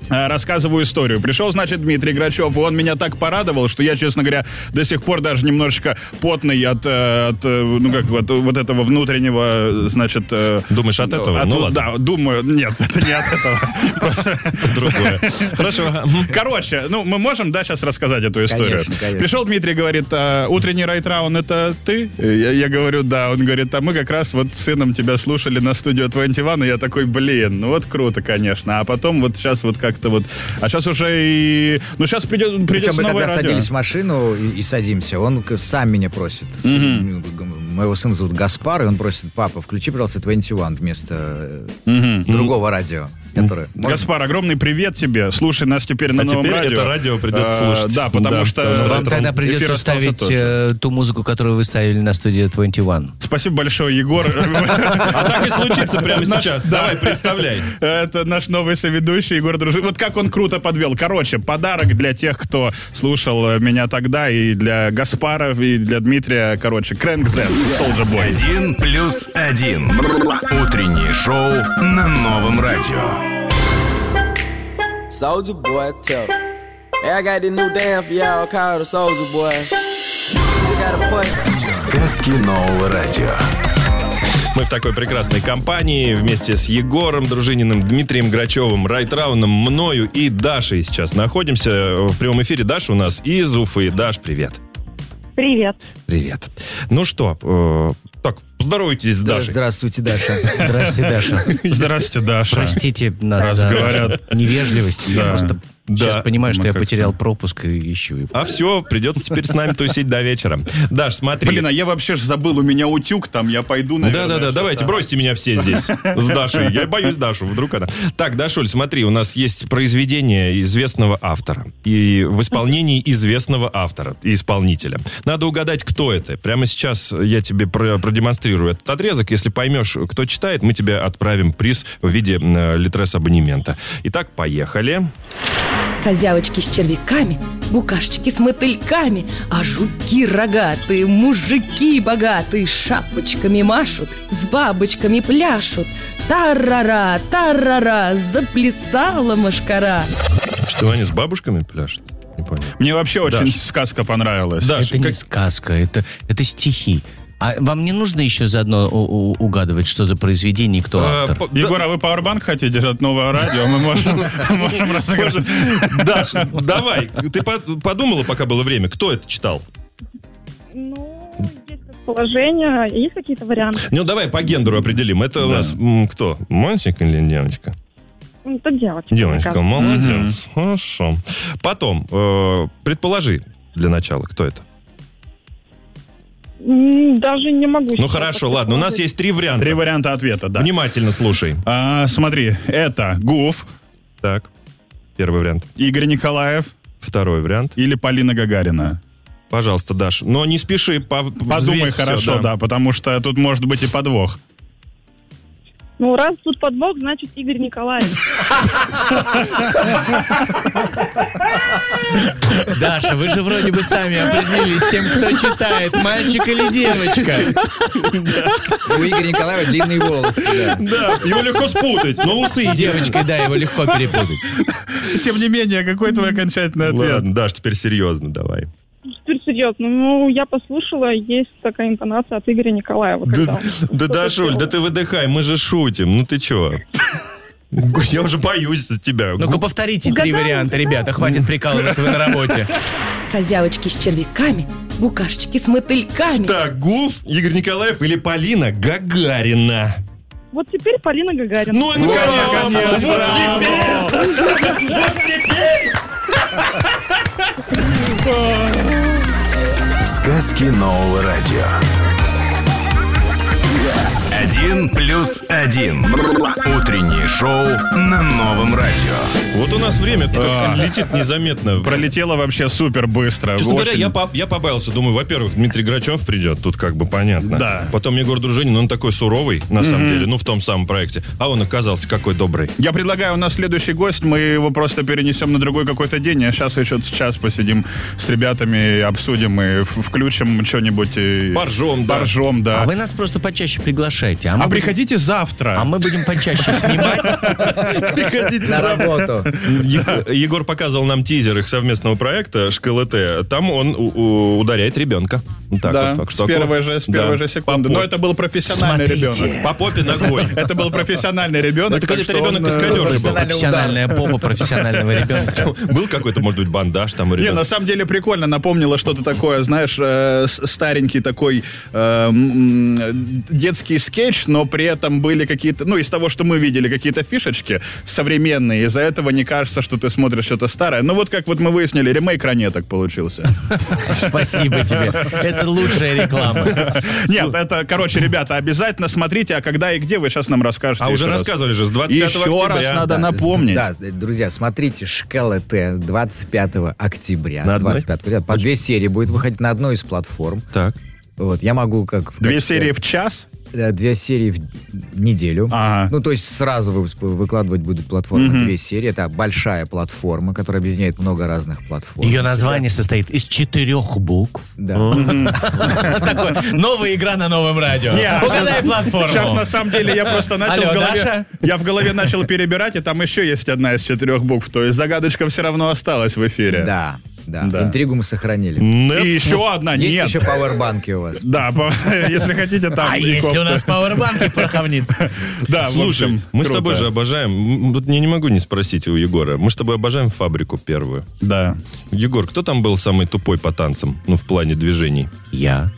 S3: Э, Рассказываю историю. Пришел, значит, Дмитрий Грачев, и он меня так порадовал, что я, честно говоря, до сих пор даже немножечко потный от, э, от, э, ну как, вот, вот этого внутреннего, э, значит... э,
S2: Думаешь, от этого? Ну ладно.
S3: Да, думаю, нет, это не от этого. Просто-
S2: Другое. Хорошо.
S3: Короче, ну мы можем, да, сейчас рассказать эту историю.
S11: Конечно, конечно.
S3: Пришел Дмитрий, говорит, «А, утренний райт-раун это ты? Я, я говорю, да. Он говорит, а мы как раз вот с сыном тебя слушали на студию 21, и я такой, блин, ну вот круто, конечно. А потом вот сейчас вот как-то вот... А сейчас уже и... Ну сейчас придет,
S11: Причем
S3: придется
S11: мы
S3: новое
S11: тогда
S3: радио.
S11: садились в машину и, и садимся. Он к- сам меня просит. С- Моего сына зовут Гаспар, и он просит, папа, включи, пожалуйста, 21 вместо э,
S3: Мгм.
S11: другого радио. Которое... Можно?
S3: Гаспар, огромный привет тебе. Слушай нас теперь на
S2: А
S3: новом
S2: теперь
S3: радио.
S2: это радио придется
S3: А,
S2: слушать.
S3: Да, потому
S2: Да,
S3: что...
S2: потому что
S3: Эфир
S10: Вам тогда придется
S3: остался
S10: ставить
S3: тот же.
S10: э, ту музыку, которую вы ставили на студии 21.
S3: Спасибо большое, Егор.
S2: А так и случится прямо сейчас. Давай, представляй.
S3: Это наш новый соведущий Егор Дружин. Вот как он круто подвел. Короче, подарок для тех, кто слушал э, меня тогда, и для Гаспаров, и для Дмитрия. Короче, Крэнк Зен, Солджа Бой.
S1: Один плюс один. Утреннее шоу на новом радио.
S12: Soldier Boy tough. Hey, I got this new damn for y'all called the Soldier Boy. Just got a point.
S1: Сказки нового радио.
S2: Мы в такой прекрасной компании вместе с Егором Дружининым, Дмитрием Грачевым, Райтрауном, мною и Дашей сейчас находимся в прямом эфире. Даша у нас из Уфы. Даш, привет.
S8: Привет.
S2: Привет. Ну что, э, так, поздоровайтесь с
S11: Да,
S2: Дашей.
S11: Здравствуйте, Даша.
S10: Здравствуйте, Даша.
S3: Здравствуйте, Даша.
S10: Простите нас за
S3: говорят.
S10: невежливость. Я
S3: Да.
S10: просто
S2: Да.
S10: сейчас понимаю, что
S3: Мы
S10: я
S3: как-то-
S10: потерял пропуск и ищу его.
S2: А все, придется теперь с нами тусить до вечера. Даш, смотри.
S3: Блин, а я вообще ж забыл, у меня утюг там, я пойду, наверное.
S2: Да-да-да,
S3: сейчас,
S2: давайте,
S3: а.
S2: бросьте меня все здесь с Дашей. Я боюсь Дашу, вдруг она... Так, Дашуль, смотри, у нас есть произведение известного автора. И в исполнении известного автора и исполнителя. Надо угадать, кто это. Прямо сейчас я тебе про- продемонстрирую этот отрезок. Если поймешь, кто читает, мы тебе отправим приз в виде э, литрес-абонемента. Итак, поехали.
S13: Козявочки с червяками, букашечки с мотыльками, а жуки рогатые, мужики богатые шапочками машут, с бабочками пляшут. Тарара, тарара, заплясала машкара.
S2: Что, они с бабушками пляшут? Не понял.
S3: Мне вообще очень
S2: Даш.
S3: сказка понравилась.
S2: Даш,
S10: Это не
S2: как-
S10: сказка, это, это стихи. А вам не нужно еще заодно у- у- угадывать, что за произведение и кто
S2: Э,
S10: автор?
S2: по-
S3: Егор, а вы Powerbank хотите от нового радио? Мы можем, можем разыграть.
S2: Даша, давай. Ты по- подумала, пока было время, кто это читал?
S8: Ну, есть предположения, есть какие-то варианты?
S2: Ну, давай по гендеру определим. Это у нас м, кто? Мальчик или девочка?
S8: Ну, Тут девочка.
S2: Девочка,
S8: мне
S2: молодец. Хорошо. Потом, э, предположи для начала, кто это.
S8: кажется. М, Даже не могу.
S2: Ну
S8: сейчас
S2: хорошо,
S8: так
S2: ладно, у нас
S8: предположить.
S2: есть три варианта.
S3: Три варианта ответа, да.
S2: Внимательно слушай.
S3: А, смотри, это Гуф,
S2: Так, первый вариант.
S3: Игорь Николаев
S2: Второй вариант.
S3: или Полина Гагарина.
S2: Пожалуйста, Даш. Но не спеши, пов-
S3: Подумай
S2: взвесь всё,
S3: хорошо, да. потому что тут может быть и подвох.
S8: Ну, раз тут подбог, значит, Игорь Николаевич.
S10: Даша, вы же вроде бы сами определились с тем, кто читает, мальчик или девочка.
S11: У Игоря Николаева длинные волосы. да.
S2: Да, его легко спутать, но усы и
S10: Девочкой, да, его легко перепутать.
S3: Тем не менее, какой твой окончательный ответ?
S2: Ладно, Даш, теперь серьезно, давай.
S8: Теперь серьезно. Ну, я послушала, есть такая интонация от Игоря Николаева. когда
S2: Да,
S8: он
S2: да,
S8: что-то
S2: Дашуль,
S8: делал.
S2: да ты выдыхай, мы же шутим. Ну ты чё? Я уже боюсь за тебя.
S10: Ну-ка, повторите три варианта, ребята, хватит прикалываться, вы на работе.
S13: Козявочки с червяками, букашечки с мотыльками.
S2: Так, Гуф, Игорь Николаев или Полина Гагарина?
S8: Вот теперь Полина Гагарина.
S2: Ну, наконец! Вот теперь!
S1: Сказки нового радио. Один плюс один. Утреннее шоу на новом радио.
S2: Вот у нас время А.
S1: Да.
S2: летит незаметно.
S3: Пролетело вообще супер быстро.
S2: Честно говоря, я, по- я побаился. Думаю, во-первых, Дмитрий Грачев придет, тут как бы понятно.
S3: Да.
S2: Потом Егор Дружинин, он такой суровый, на самом
S3: Мгм.
S2: деле, ну, в том самом проекте. А он оказался какой добрый.
S3: Я предлагаю, у нас следующий гость, мы его просто перенесем на другой какой-то день, а сейчас еще час посидим с ребятами, обсудим и в- включим что-нибудь. и-
S2: Поржем, да.
S3: Поржем, да.
S10: А вы нас просто почаще приглашайте.
S3: А
S10: мы будем-
S3: приходите завтра.
S10: А мы будем почаще снимать.
S2: Приходите
S11: на работу.
S2: Е- Егор показывал нам тизер их совместного проекта «Шкалете». Там он у- у- ударяет ребенка. Вот Так
S3: Да,
S2: вот, так
S3: с
S2: что
S3: первой
S2: аккуратно.
S3: же, с первой
S2: Да.
S3: же секунды. Но это был профессиональный
S2: Смотрите.
S3: ребенок.
S2: По попе ногой.
S3: Это был профессиональный ребенок.
S2: Ну, Это
S3: так
S2: какой-то
S3: что он,
S2: ребенок из
S3: э,
S10: Профессиональная попа профессионального ребенка.
S2: Был какой-то, может быть, бандаж там у
S3: Не, на
S2: ребенка?
S3: самом деле прикольно, напомнило что-то такое, знаешь, э, с- старенький такой э, м, м, детский скетч, но при этом были какие-то, ну, из того, что мы видели, какие-то фишечки современные, из-за этого не кажется, что ты смотришь что-то старое. Ну, вот как вот мы выяснили, ремейк ранеток получился.
S10: Спасибо тебе. Это лучшая реклама.
S3: Нет, это, короче, ребята, обязательно смотрите, а когда и где вы сейчас нам расскажете.
S2: А уже
S3: еще раз.
S2: рассказывали же, с 25
S3: Еще
S2: октября.
S3: раз надо
S2: Да.
S3: напомнить.
S11: Да, друзья, смотрите «Шкала Т» 25 октября.
S2: На
S11: с
S2: одной?
S11: 25 октября. По две серии будет выходить на одной из платформ.
S2: Так.
S11: Вот, я могу как... в
S3: Две
S11: качестве-
S3: серии в час?
S11: Э, Две серии в неделю. Ну, то есть сразу вы- выкладывать будут платформы
S10: Мгм.
S11: две серии. Это большая платформа, которая объединяет много разных платформ.
S10: Ее название состоит из четырех букв.
S11: Да.
S10: Такой, Новая игра на новом радио.
S3: Не, а
S10: Угадай
S3: сейчас-
S10: платформу.
S3: Сейчас на самом деле я просто начал
S10: Алло,
S3: в голове.
S10: Даша?
S3: Я в голове начал перебирать, и там еще есть одна из четырех букв. То есть загадочка все равно осталась в эфире.
S11: Да, да.
S3: Да.
S11: Интригу мы сохранили.
S3: И еще одна
S11: Есть
S3: нет.
S11: еще пауэрбанки у вас.
S3: Да, по- если хотите, там.
S10: А
S3: и
S10: если
S3: кофта.
S10: у нас пауэрбанки пороховница?
S3: Да, в
S2: Слушай,
S3: общем,
S2: мы с
S3: круто.
S2: тобой же обожаем, м, вот я не могу не спросить у Егора, мы с тобой обожаем фабрику первую.
S3: Да.
S2: Егор, кто там был самый тупой по танцам, ну, в плане движений?
S10: Я.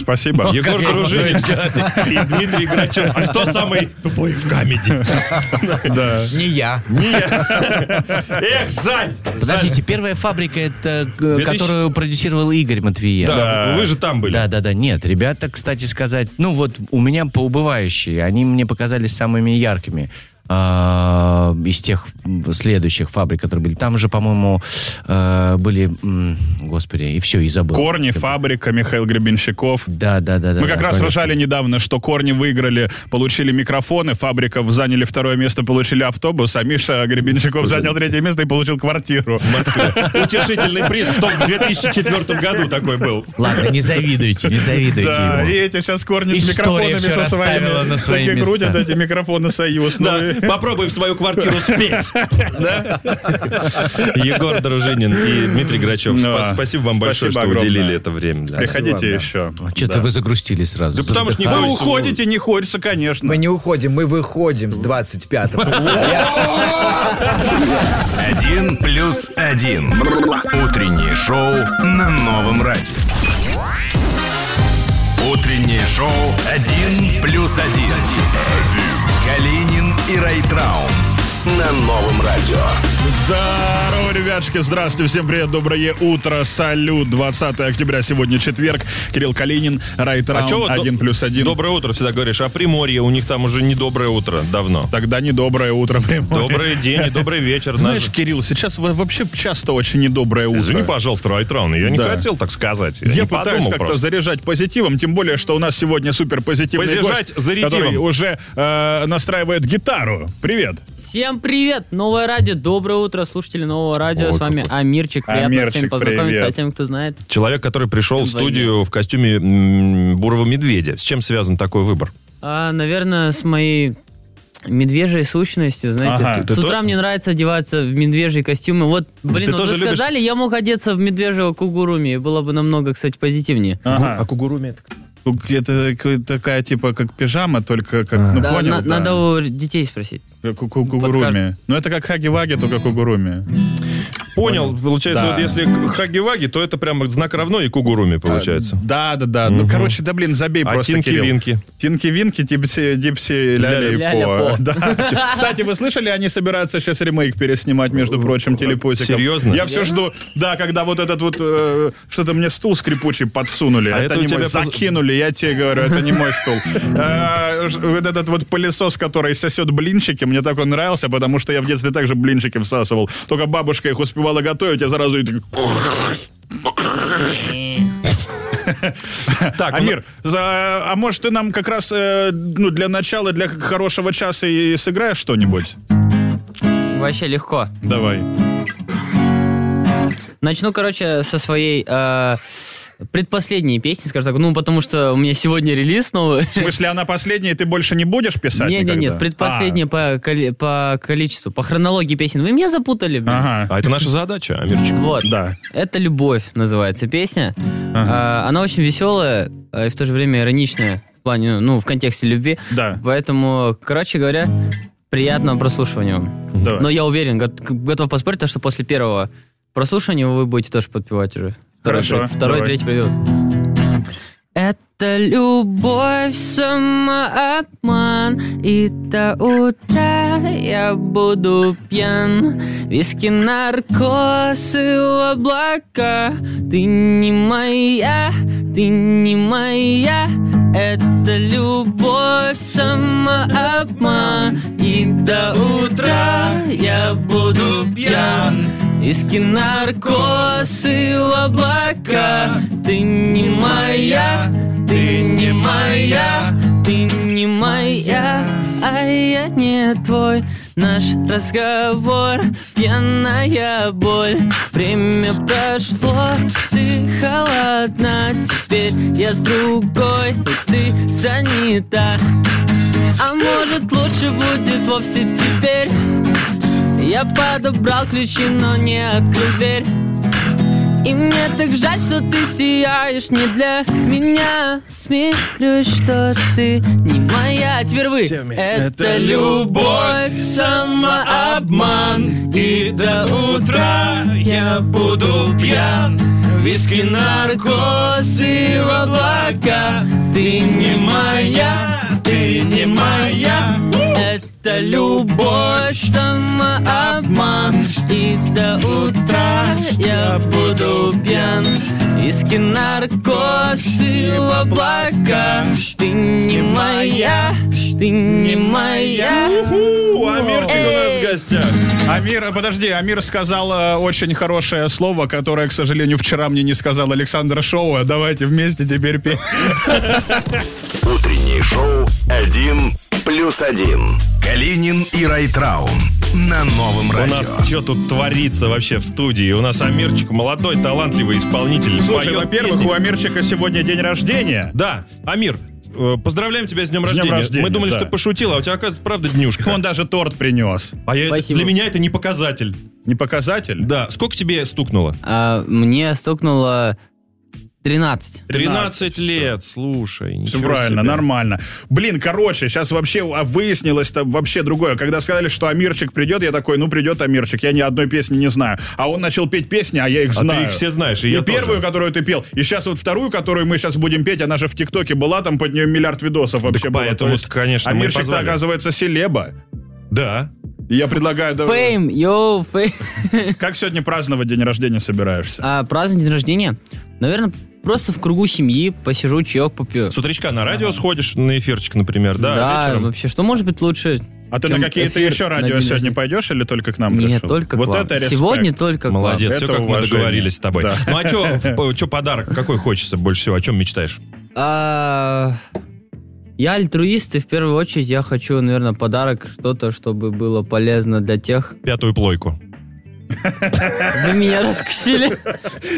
S3: Спасибо.
S2: Егор
S10: как я
S2: Дружинин
S10: могу
S2: и Дмитрий Грачев. А кто самый тупой в камеди?
S3: Да.
S11: Не я.
S2: Эх, жаль!
S10: Подождите, первая фабрика, это, э,
S2: 2000?
S10: которую продюсировал Игорь Матвиенко.
S2: Да, вы же там были.
S10: Да, да, да. Нет, ребята, кстати сказать, ну вот у меня поубывающие, они мне показались самыми яркими а, из тех м, следующих фабрик, которые были. Там же, по-моему, э, были, м, господи, и все, и забыл.
S3: Корни, фабрика, Михаил Гребенщиков.
S10: Да, да, да, да.
S3: Мы
S10: да,
S3: как раз
S10: конечно.
S3: рожали недавно, что корни выиграли, получили микрофоны, фабрика заняли второе место, получили автобус, а Миша Гребенщиков занял третье место и получил квартиру.
S2: В Москве. Утешительный приз в том в 2004 году такой был.
S10: Ладно, не завидуйте, не завидуйте
S3: Да, и
S10: ему.
S3: эти сейчас корни с
S10: История
S3: микрофонами
S10: всё
S3: со
S10: расставила
S3: своими.
S10: на свои
S3: такие
S10: места.
S3: крутят эти микрофоны Союз. ну
S2: Да,
S3: и-
S2: попробуй в свою квартиру спеть. Да? Егор Дружинин и Дмитрий Грачев, спа-
S3: Да.
S2: спасибо вам большое, что
S3: Ну, Спасибо огромное.
S2: уделили это время для нас.
S3: Приходите
S11: Спасибо,
S3: еще.
S10: Что-то вы загрустили сразу.
S2: Да потому что не
S3: Вы
S2: хочется.
S3: уходите, не хочется, конечно.
S11: Мы не уходим, мы выходим с 25
S1: Один плюс один. Утреннее шоу на новом радио. Утреннее шоу «Один плюс один». Калинин и Райтраун на новом радио.
S3: Здорово, ребятушки, здравствуйте, всем привет, доброе утро, салют, 20 октября, сегодня четверг, Кирилл Калинин, Райт
S2: А чё вот
S3: Раун,
S2: до-
S3: 1 плюс 1.
S2: Доброе утро всегда говоришь, а Приморье, у них там уже не доброе утро давно.
S3: Тогда недоброе утро. прям.
S2: Добрый день и добрый вечер.
S3: Знаешь,
S2: Наш-
S3: Кирилл, сейчас во- вообще часто очень недоброе утро.
S2: Извини, пожалуйста, Райтраун, я не
S3: Да.
S2: хотел так сказать.
S3: Я
S2: не
S3: пытаюсь
S2: подумал
S3: как-то
S2: просто.
S3: заряжать позитивом, тем более, что у нас сегодня супер позитивный
S2: Позижать
S3: гость,
S2: зарядивом.
S3: который уже э, настраивает гитару. Привет.
S14: Всем привет! Новое радио, доброе утро, слушатели нового радио. С вами Амирчик.
S2: А,
S14: Приятно
S3: Амирчик,
S14: с вами познакомиться,
S3: привет.
S14: а тем, кто знает.
S2: Человек, который пришел в
S14: Вдвойне.
S2: студию в костюме м, бурого медведя. С чем связан такой выбор?
S14: А, наверное, с моей медвежьей сущностью, знаете,
S2: Ага,
S14: т-
S2: ты
S14: с утра
S2: то-
S14: мне нравится одеваться в медвежьи костюмы. Вот, блин,
S2: Ты
S14: вот
S2: тоже
S14: вы
S2: любишь-
S14: сказали, я мог одеться в медвежьего кугуруми, и было бы намного, кстати, позитивнее.
S3: Ага.
S2: кугуруми
S3: Это какая- такая типа как пижама, только как, ну
S15: А.
S14: Да,
S3: понял,
S14: на-
S3: да.
S14: Надо у детей спросить.
S3: Э, Ку- ку- Кугуруми.
S14: Подскажет.
S3: Ну, это как хаги-ваги, только кугуруми.
S2: Понял, получается,
S3: Да.
S2: вот если к- хаги-ваги, то это прям знак равно и кугуруми получается.
S3: Да, да, да. Ну,
S2: Мгм.
S3: короче, да блин, забей
S2: А
S3: просто. Кирилл.
S2: тинки-винки?
S3: Тинки-винки, дипси, дипси, ляли
S2: Ляля-по.
S3: по. Да. Кстати, вы слышали, они собираются сейчас ремейк переснимать, между прочим, телепузиком.
S2: Э, Серьезно?
S3: Я все жду. Да, когда вот этот вот э, что-то мне стул скрипучий подсунули.
S2: А это
S3: это,
S2: у
S3: не мой.
S2: тебя поз-
S3: Закинули, я тебе говорю, это не мой стул. Э, ж- Вот этот вот пылесос, который сосет блинчики, мне так он нравился, потому что я в детстве также блинчики всасывал. Только бабушка их успевала готовить, я сразу и так- Так, Амир, за- а может ты нам как раз э, ну, для начала, для хорошего часа и сыграешь что-нибудь?
S15: Вообще легко.
S3: Давай.
S15: Начну, короче, со своей э, предпоследней песни, скажем так. Ну, потому что у меня сегодня релиз новый.
S3: В смысле, она последняя, и ты больше не будешь писать
S15: Не, не,
S3: никогда? А.
S15: нет, предпоследняя по, коли- по количеству, по хронологии песен. Вы меня запутали, блин.
S2: А это наша задача, Амирчик.
S15: Вот.
S3: Да.
S15: Это «Любовь» называется песня. А, она очень веселая а, и в то же время ироничная в плане, ну, в контексте любви.
S3: Да.
S15: Поэтому, короче говоря, приятного прослушивания вам.
S3: Давай.
S15: Но я уверен, гот- готов поспорить, то, что после первого прослушивания вы будете тоже подпевать уже. Второй,
S3: Хорошо,
S15: трек- Второй,
S3: давай.
S15: третий придет.
S14: Это любовь, самообман И до утра я буду пьян Виски, наркоз и облака Ты не моя, ты не моя Это любовь, самообман И до утра я буду пьян Виски, наркоз и облака Ты не моя, ты не моя, ты не моя, а я не твой. Наш разговор, пьяная боль Время прошло, ты холодна Теперь я с другой, и ты занята А может лучше будет вовсе теперь Я подобрал ключи, но не открыл дверь и мне так жаль, что ты сияешь не для меня Смеюсь, что ты не моя Теперь вы Это любовь, самообман И до утра я буду пьян Виски, наркоз и в облака Ты не моя, ты не моя Это любовь, самообман И до утра я буду пьян Виски, наркоз и в облака Ты не моя, ты не моя
S2: Амирчик у нас в гостях.
S3: Амир, подожди, Амир сказал э, очень хорошее слово, которое, к сожалению, вчера мне не сказал Александр Шоу. Давайте вместе теперь петь.
S1: Утреннее шоу «Один плюс один». Калинин и Райтраун на новом
S2: У
S1: радио.
S2: нас что тут творится вообще в студии? У нас Амирчик молодой, талантливый исполнитель.
S3: Слушай,
S2: поет
S3: во-первых,
S2: песни.
S3: у Амирчика сегодня день рождения.
S2: Да, Амир, э, поздравляем тебя с днем,
S3: Днем
S2: рождения.
S3: рождения,
S2: Мы думали,
S3: да.
S2: что ты пошутил, а у тебя, оказывается, правда днюшка.
S3: Он даже торт принес.
S2: А я, это-
S15: Спасибо.
S2: для меня это не показатель.
S3: Не показатель?
S2: Да. Сколько тебе стукнуло?
S15: А, Мне стукнуло 13
S2: 13 лет, слушай.
S3: Все
S2: ничего
S3: правильно,
S2: себе.
S3: нормально. Блин, короче, сейчас вообще а, выяснилось-то вообще другое. Когда сказали, что Амирчик придет, я такой, ну придет Амирчик, я ни одной песни не знаю. А он начал петь песни, а я их
S2: А
S3: знаю.
S2: ты их все знаешь, и я тоже.
S3: первую, которую ты пел, и сейчас вот вторую, которую мы сейчас будем петь, она же в ТикТоке была, там под нее миллиард видосов вообще было.
S2: поэтому,
S3: То есть
S2: конечно, мы и
S3: Амирчик-то,
S2: позвали.
S3: оказывается, селеба.
S2: Да.
S3: Я предлагаю... да-
S15: Фейм, йоу, фейм
S3: Как сегодня праздновать день рождения собираешься?
S15: А праздновать день рождения? Наверное, просто в кругу семьи посижу, чаек попью.
S2: С утречка на радио сходишь, на эфирчик, например, да?
S15: Да,
S2: вечером?
S15: вообще, что может быть лучше?
S3: А ты
S15: чем
S3: на какие-то
S15: эфир
S3: еще
S15: на
S3: радио
S15: день
S3: сегодня
S15: рождения?
S3: пойдешь или только к нам
S15: Нет,
S3: пришел?
S15: только
S3: Вот
S15: к вам.
S3: это респект.
S15: Сегодня только к вам.
S2: Молодец, все
S3: Это
S2: как мы
S3: уважение.
S2: договорились с тобой.
S3: Да.
S2: Ну а что подарок какой хочется больше всего? О чем мечтаешь?
S15: А, Я альтруист, и в первую очередь я хочу, наверное, подарок, что-то, чтобы было полезно для тех...
S2: Пятую плойку.
S15: Вы меня раскусили.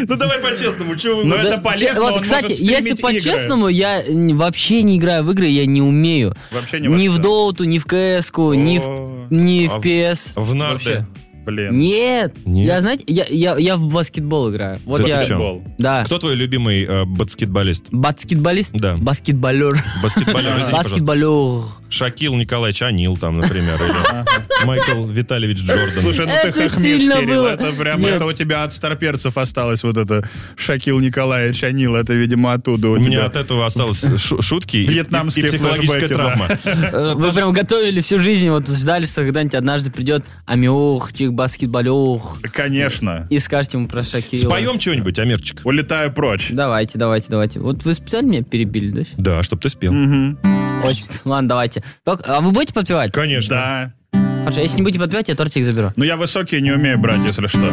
S2: Ну давай по-честному, чего вы-
S3: Ну,
S2: Да,
S3: это
S15: Че-
S3: полезно,
S15: Вот,
S3: он
S15: кстати,
S3: может
S15: если
S3: стримить игры.
S15: по-честному, я н- вообще не играю в игры, я не умею.
S3: Вообще не
S15: Ни
S3: во
S15: в
S3: что.
S15: Доуту, ни в КС-ку, ни
S2: О,
S15: в ни
S2: а
S15: в
S2: в-
S15: PS.
S2: В нарты.
S15: Вообще.
S3: Блин.
S15: Нет,
S2: Нет.
S15: я, знаете, я, я, я в баскетбол играю. Вот
S2: Да ты
S15: я...
S2: в чем?
S15: Да.
S2: Кто твой любимый э, баскетболист?
S15: Баскетболист?
S2: Да.
S15: Баскетболер.
S2: Баскетболер. извини, пожалуйста.
S15: Баскетболер.
S2: Шакил Николаевич Анил там, например, или Майкл Витальевич Джордан.
S3: Слушай, ну ты хохмишь, Кирилл. Это прям это у тебя от старперцев осталось вот это Шакил Николаевич Анил. Это, видимо, оттуда у
S2: У меня
S3: тебя.
S2: от этого осталось шу- шутки и- и-
S3: Вьетнамские
S2: и психологическая
S3: флешбеки, да.
S2: травма.
S14: Вы прям готовили всю жизнь, вот ждали, что когда-нибудь однажды придет амиох, чих баскетболеух.
S3: Конечно.
S14: И скажете ему про Шакила.
S2: Споем что-нибудь, Амирчик?
S3: Улетаю прочь.
S14: Давайте, давайте, давайте. Вот вы специально меня перебили, да?
S2: Да, чтоб ты спел.
S14: Очень. Ладно, давайте. Так, а вы будете подпевать?
S2: Конечно.
S3: Да.
S14: Хорошо, если не будете подпевать, я тортик заберу.
S3: Ну я высокие не умею брать, если что.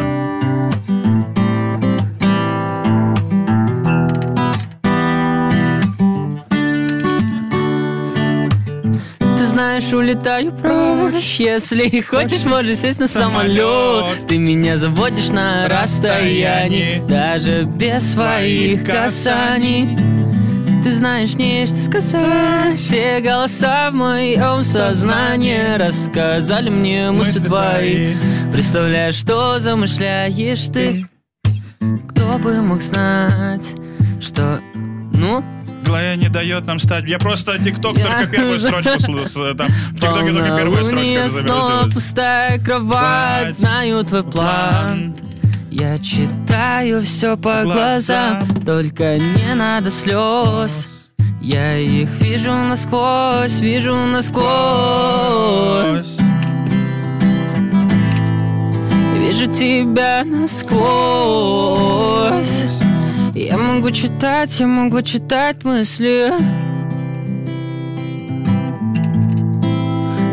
S14: Ты знаешь, улетаю прочь Если хочешь, можешь сесть на самолет Ты меня заводишь на расстоянии Даже без своих касаний ты знаешь мне, что сказать Все голоса в моем сознании Рассказали мне мысли твои Представляешь, что замышляешь ты Кто бы мог знать, что... Ну?
S3: Глая не дает нам стать. Я просто тикток только первую строчку сл- с- э, там. В тиктоке только
S14: Полна
S3: первую
S14: у меня
S3: строчку
S14: снова
S3: завершилась.
S14: пустая кровать, знаю твой план. Я читаю все по
S16: Глазам.
S14: глазам, только не надо слез. Я их вижу насквозь, вижу насквозь. Вижу тебя насквозь. Я могу читать, я могу читать мысли.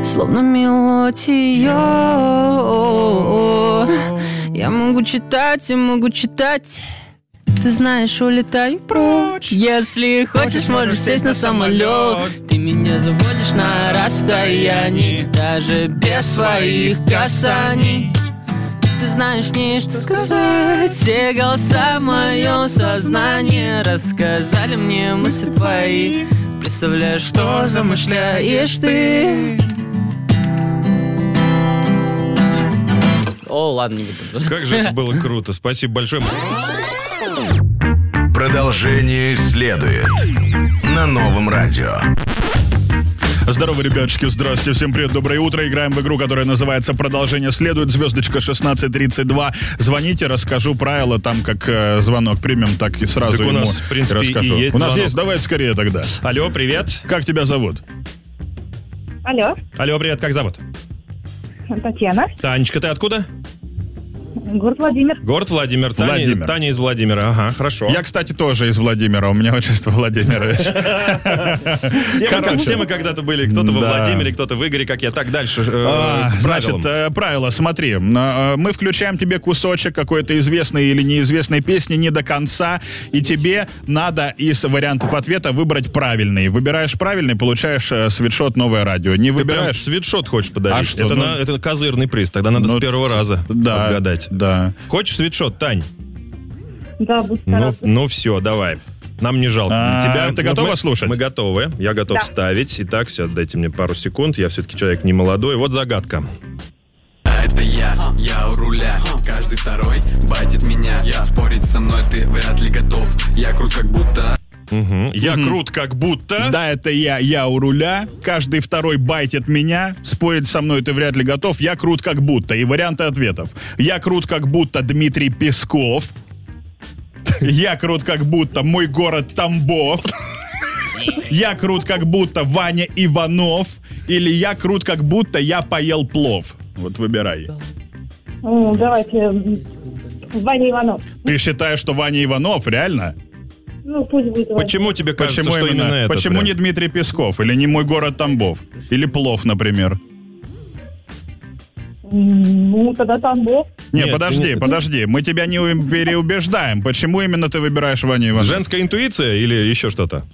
S14: Словно мелодию Я могу читать, я могу читать Ты знаешь, улетаю прочь Если хочешь, можешь сесть на самолет Ты меня заводишь на расстоянии Даже без своих касаний ты знаешь мне, что сказать Все голоса в моем сознании Рассказали мне мысли твои Представляешь, что замышляешь ты О, ладно, не буду.
S2: Как же это было круто. Спасибо большое.
S1: Продолжение следует на новом радио.
S3: Здорово, ребяточки, здравствуйте, всем привет, доброе утро. Играем в игру, которая называется «Продолжение следует», звездочка 1632. Звоните, расскажу правила, там как э, звонок примем, так и сразу
S2: Так у
S3: ему
S2: нас, в принципе, и
S3: расскажу.
S2: есть
S3: У нас
S2: звонок.
S3: есть, давай скорее тогда.
S2: Алло, привет.
S3: Как тебя зовут?
S8: Алло,
S2: Алло, привет, как зовут?
S8: Татьяна,
S2: Танечка, ты откуда?
S8: город Владимир.
S2: Город Владимир. Таня,
S3: Владимир.
S2: Таня из Владимира. Ага, хорошо.
S3: Я, кстати, тоже из Владимира, у меня отчество Владимирович.
S2: Все мы,
S3: Короче.
S2: все мы когда-то были, кто-то во
S3: Да.
S2: Владимире, кто-то в Игоре, как я. Так, дальше. э,
S3: А,
S2: к правилам.
S3: Значит, э, правило, смотри, м, э, мы включаем тебе кусочек какой-то известной или неизвестной песни не до конца, и тебе надо из вариантов ответа выбрать правильный. Выбираешь правильный, получаешь э, свитшот новое радио. Не выбираешь...
S2: свитшот хочешь подарить?
S3: А что?
S2: Это,
S3: Ну,
S2: на- это козырный приз, тогда надо
S3: Ну,
S2: с первого раза
S3: да,
S2: отгадать.
S3: Да.
S2: Хочешь свитшот, Тань?
S8: Да, буду
S2: Ну,
S8: стараться.
S2: ну все, давай. Нам не жалко.
S3: А,
S2: Тебя
S3: ты
S2: ну,
S3: готова
S2: мы-
S3: слушать?
S2: Мы готовы. Я готов
S8: Да.
S2: ставить. Итак, все, дайте мне пару секунд. Я все-таки человек не молодой. Вот загадка.
S17: Это я, я у руля Каждый второй батит меня Я спорить со мной ты вряд ли готов Я крут как будто
S2: Мгм. Я
S3: Мгм.
S2: крут, как будто.
S3: Да, это я, я у руля, каждый второй байтит меня, спорить со мной ты вряд ли готов, я крут как будто, и варианты ответов. Я крут как будто Дмитрий Песков, я крут как будто мой город Тамбов, я крут как будто Ваня Иванов, или я крут как будто я поел плов. Вот выбирай.
S8: М, Давайте, м, Ваня Иванов.
S3: Ты считаешь, что Ваня Иванов, реально?
S8: Ну, пусть будет Ваня.
S2: Почему тебе кажется,
S3: Почему
S2: что
S3: именно,
S2: именно это?
S3: Почему не Дмитрий Песков? Или не мой город Тамбов? Или плов, например?
S8: М, Ну, тогда Тамбов.
S3: Не,
S2: Нет,
S3: подожди,
S2: нет.
S3: подожди. Мы тебя не у- переубеждаем. Почему именно ты выбираешь Ваню Иванова?
S2: Женская интуиция или еще что-то?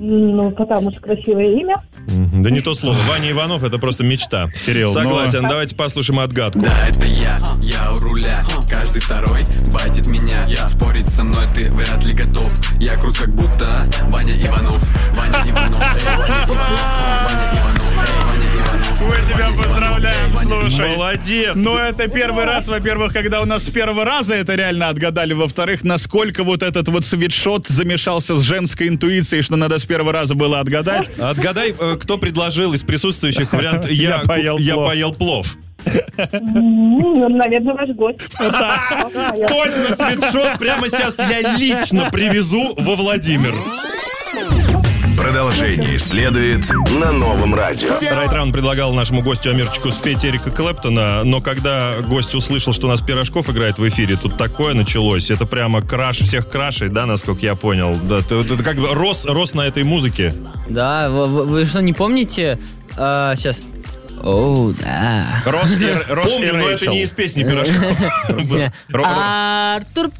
S8: М, Ну, потому что красивое имя.
S2: Мгм. Да не то слово. Ваня Иванов это просто мечта.
S3: Кирилл, ну-
S2: Согласен. Давайте послушаем отгадку.
S17: Да, это я, я у руля Каждый второй батит меня Я спорить со мной ты вряд ли готов Я крут как будто Ваня Иванов Ваня Иванов эй, Ваня Иванов Ваня Иванов эй, Ваня Иванов
S3: Мы тебя поздравляем, Слушай,
S2: Молодец.
S3: Но это первый раз, во-первых, когда у нас с первого раза это реально отгадали. Во-вторых, насколько вот этот вот свитшот замешался с женской интуицией, что надо с первого раза было отгадать.
S2: Отгадай, э, кто предложил из присутствующих вариант «Я,
S3: Я
S2: ку-
S3: поел
S2: я
S3: плов».
S2: поел плов».
S8: Ну, наверное, ваш гость.
S2: Точно, свитшот прямо сейчас я лично привезу во Владимир.
S1: Продолжение следует на новом радио.
S2: Райтраун предлагал нашему гостю Амирчику спеть Эрика Клэптона, но когда гость услышал, что у нас Пирожков играет в эфире, тут такое началось. Это прямо краш всех крашей, да, насколько я понял. Да, ты, вот это как бы рос, рос на этой музыке.
S15: Да, вы, вы- вы что, не помните? сейчас. Оу, да.
S3: Рос и- Рос и Помню, но А, это Рэйчел. не из песни
S15: Не.
S3: Ро-
S15: Артур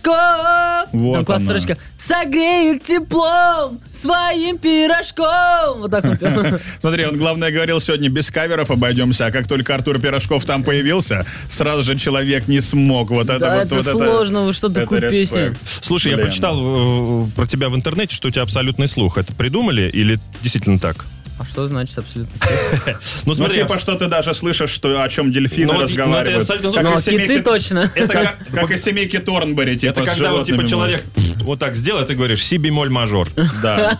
S15: Пирожков.
S3: Вот
S15: Там классная
S3: она.
S15: строчка. Согрей их теплом своим пирожком. Вот так вот.
S3: Смотри, он, главное, говорил сегодня, без каверов обойдемся, а как только Артур Пирожков там появился, сразу же человек не смог. Вот это
S15: Да,
S3: вот,
S15: это
S3: вот
S15: сложно, вы что,
S3: это
S15: такую
S3: респект.
S15: песню?
S2: Слушай, я
S3: Блин.
S2: прочитал э, про тебя в интернете, что у тебя абсолютный слух. Это придумали или действительно так?
S15: А что значит абсолютно?
S2: Ну, смотри,
S3: ты по типа, что ты даже слышишь, что, о чем дельфины
S2: Ну, вот- ну, это
S3: разговаривают.
S2: абсолютно
S3: Как
S15: Ну,
S3: из семейки-
S15: киты точно.
S3: Это как, как из семейки Торнберри, типа,
S2: Это
S3: с
S2: когда вот типа
S3: животными
S2: человек пф, вот так сделает, ты говоришь си бемоль мажор.
S3: Да.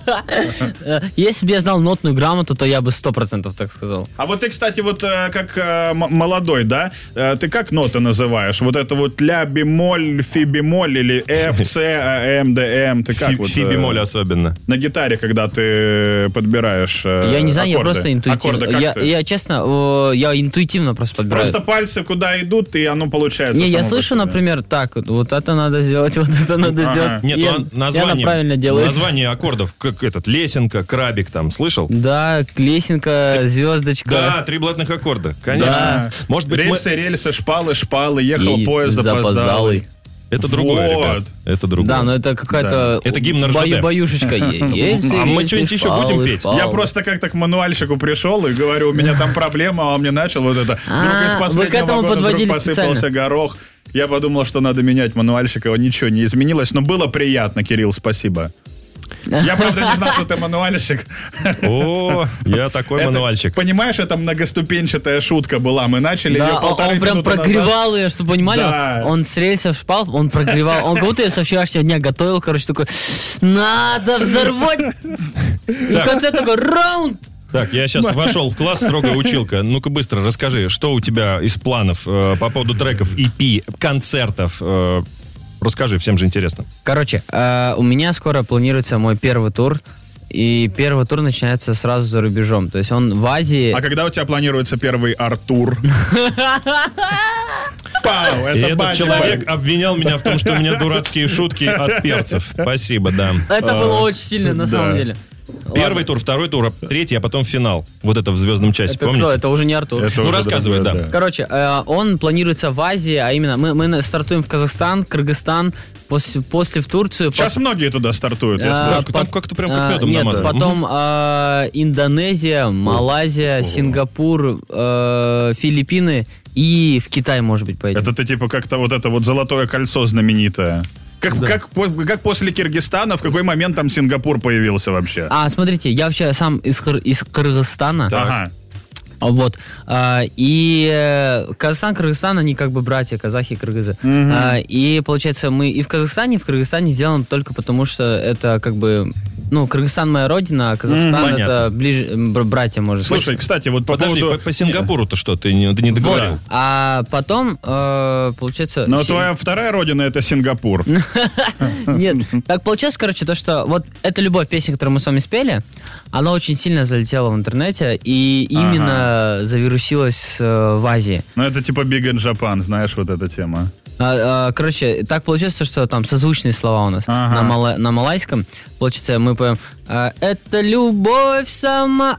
S15: Э, Если бы я знал нотную грамоту, то я бы сто процентов так сказал.
S3: А вот ты, кстати, вот э, как э, м- молодой, да? Э, ты как ноты называешь? Вот это вот ля бемоль, фи бемоль или F, С, А, М, Д, М. Ты как
S2: Си
S3: вот?
S2: си
S3: э,
S2: бемоль особенно.
S3: На гитаре, когда ты подбираешь э,
S15: Я не знаю, я
S3: аккорды.
S15: просто интуитивно.
S3: Аккорды как
S15: Я,
S3: ты?
S15: я, честно, э, я интуитивно просто подбираю.
S3: Просто пальцы куда идут, и оно получается.
S15: Не, я
S3: само по
S15: слышу,
S3: себе.
S15: например, так, вот, вот это надо сделать, вот это надо
S3: Ага.
S15: сделать.
S2: Нет,
S15: И
S2: ну,
S15: я,
S2: а
S15: и
S2: название,
S15: она правильно делает.
S2: Название аккордов, как этот, лесенка, крабик там, слышал?
S15: Да, лесенка, звездочка.
S2: Да, три блатных аккорда, конечно.
S15: Да.
S2: Может быть, мы-
S3: рельсы, рельсы, шпалы, шпалы, ехал
S15: И
S3: поезд запоздалый.
S15: запоздалый.
S2: Это другое,
S3: Вот.
S2: ребят. Это другое.
S15: Да, но это какая-то
S2: Да. Это гимн
S15: бою-
S2: РЖД.
S15: баюшечка. Е- рельсы,
S2: А мы
S15: рельсы,
S2: что-нибудь еще будем
S15: шпалы,
S2: петь?
S15: шпалы.
S3: Я просто как-то к мануальщику пришел и говорю, у меня там проблема, а он мне начал вот это. Вдруг из
S15: А, вы
S3: последнего
S15: к этому
S3: вагона вдруг
S15: подводили
S3: посыпался
S15: специально?
S3: горох. Я подумал, что надо менять мануальщика, его ничего не изменилось, но было приятно, Кирилл, спасибо. Я, правда, не знал, что ты мануальщик.
S2: О, я такой
S3: Это-
S2: мануальщик.
S3: Понимаешь, это многоступенчатая шутка была. Мы начали ее
S15: Да, он,
S3: полторы
S15: он прям
S3: минуты назад.
S15: прогревал ее, чтобы понимали,
S3: Да.
S15: он с рельсов шпал, он прогревал. Он как будто ее со вчерашнего дня готовил, короче, такой, надо взорвать. И в конце такой, раунд!
S2: Так, я сейчас вошел в класс, строгая училка. Ну-ка быстро расскажи, что у тебя из планов э, по поводу треков, EP, концертов? э, расскажи, всем же интересно.
S15: Короче, э, у меня скоро планируется мой первый тур. И первый тур начинается сразу за рубежом. То есть он в Азии.
S3: А когда у тебя планируется первый Артур? Пау,
S2: И
S3: это
S2: этот
S3: батя.
S2: человек обвинял меня в том, что у меня дурацкие шутки от перцев. Спасибо, да.
S15: Это
S2: А,
S15: было очень сильно, на
S2: да.
S15: самом деле.
S2: Первый тур, второй тур, а третий, а потом финал. Вот это в звездном часе,
S15: Это кто?
S2: помните?
S15: Это уже не Артур.
S2: Это Ну, уже рассказывай, другое, да. да.
S15: Короче, э, он планируется в Азии, а именно мы, мы на- стартуем в Казахстан, Кыргызстан, после, после в Турцию.
S3: Сейчас
S15: пот-
S3: многие туда стартуют. я
S15: э,
S3: знаю.
S2: Так, там как-то прям как
S15: а,
S2: медом
S15: Нет,
S2: намазано.
S15: потом э, Индонезия, Малайзия, Сингапур, э, Филиппины и в Китай, может быть, поедем.
S3: Это ты типа как-то вот это вот золотое кольцо знаменитое. Как, как, по- как после Киргизстана, в какой момент там Сингапур появился вообще?
S15: А, смотрите, я вообще сам из, Кыр- из Кыргызстана.
S3: Ага.
S15: А, Вот. А, И э, Казахстан, Кыргызстан, они как бы братья, казахи, кыргызы.
S3: Мгм.
S15: А, И получается, мы и в Казахстане, и в Кыргызстане сделаем только потому, что это как бы... Ну, Кыргызстан моя родина, а
S3: Мгм.
S15: Казахстан
S2: Понятно.
S15: это ближе, м, бр- братья, можно сказать.
S3: Слушай, кстати, вот по
S2: Подожди,
S3: поводу...
S2: по, по Сингапуру-то что, ты не, ты не договорил?
S15: Вот. А потом, э, получается...
S3: Но
S15: все-
S3: твоя вторая родина это Сингапур.
S15: Нет, так получилось, короче, то, что вот эта любовь песня, которую мы с вами спели, она очень сильно залетела в интернете и именно завирусилась э, в Азии.
S3: Ну это типа Big in Japan, знаешь, вот эта тема.
S15: А, а, короче, так получилось, то, что там созвучные слова у нас
S3: Ага.
S15: на, мала- на малайском. Получится, мы поем а, «Это любовь,